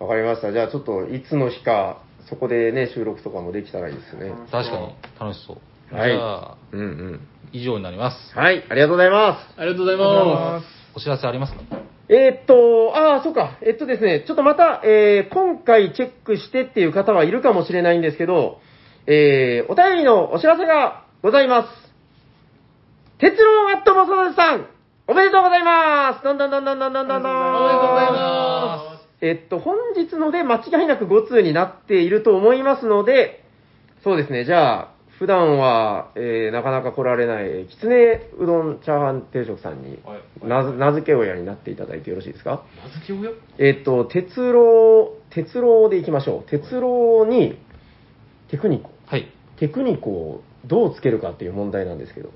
わ、かりました。じゃあちょっと、いつの日か、そこでね、収録とかもできたらいいですね。確かに。楽しそう。はいじゃあ、うんうん。以上になります。はい、ありがとうございます。ありがとうございまお知らせありますかえーっと、ああ、そうか。えっとですね、ちょっとまた、えー今回チェックしてっていう方はいるかもしれないんですけど、えーお便りのお知らせがございます。鉄郎アットボソさん、おめでとうございますどんどんどんどんどんどんどんどんおめでとうございますえっと、本日ので間違いなく5通になっていると思いますので、そうですね、じゃあ、普段は、えーなかなか来られない、きつねうどんチャーハン定食さんに、な名付け親になっていただいてよろしいですかす。名付け親えっと、鉄郎、鉄郎でいきましょう。鉄郎に、テクニコ。はい。テクニコをどうつけるかっていう問題なんですけど、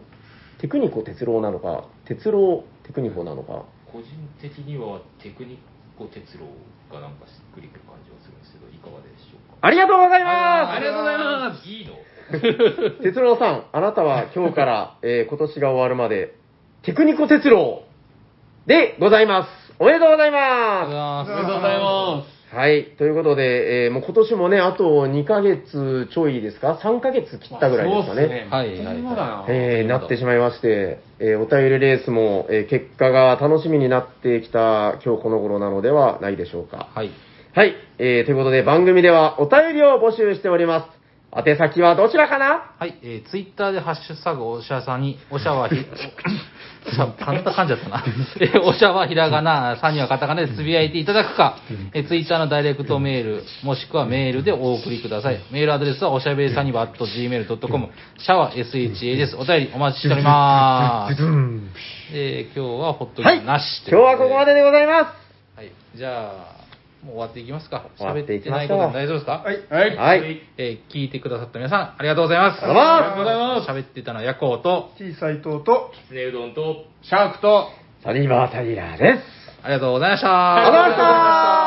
テクニコ鉄郎なのか、鉄郎テクニコなのか、個人的にはテクニコ鉄郎がなんかしっくりくる感じがするんですけど、いかがでしょうか。ありがとうございあまりがとうございます。いいのす鉄郎さん、あなたは今日から、 えー今年が終わるまで、テクニコ鉄郎でございます。おめでとうございます。あありりがとがとうごうござざいいまますまはい。ということで、えーもう今年もね、あと2ヶ月ちょいですか ?3 ヶ月切ったぐらいですかね。す。はいはい今だなは。い。えーなってしまいまして、えーお便りレースも、えー結果が楽しみになってきた今日この頃なのではないでしょうか。はい。はい。えーということで番組ではお便りを募集しております。宛先はどちらかなはい、えー、ツイッターでハッシュタグおしゃさに、おしゃはひ、おしゃ、噛んだ噛んじゃった な。えーおしゃはひらがな、さにはカタカナでつぶやいていただくか、えー、ツイッターのダイレクトメール、もしくはメールでお送りください。メールアドレスはおしゃべりさにば at gmail.com、シャワー SHA です。お便りお待ちしております。 えー、今日はほっときはい。な今し、日はここまで。でございまはい、じゃあ、もう終わっていきますか。終わ喋っていってきまなしいょことうで大丈夫ですかはい。す。はい。えー聞いてくださった皆さん、ありがとうございます。ありがとごうざいます。喋ってたのはヤコウと、 T 斎藤ときつねうどんとシャークと、サニバータイラーです。ありがとうございました。ありがとうございました。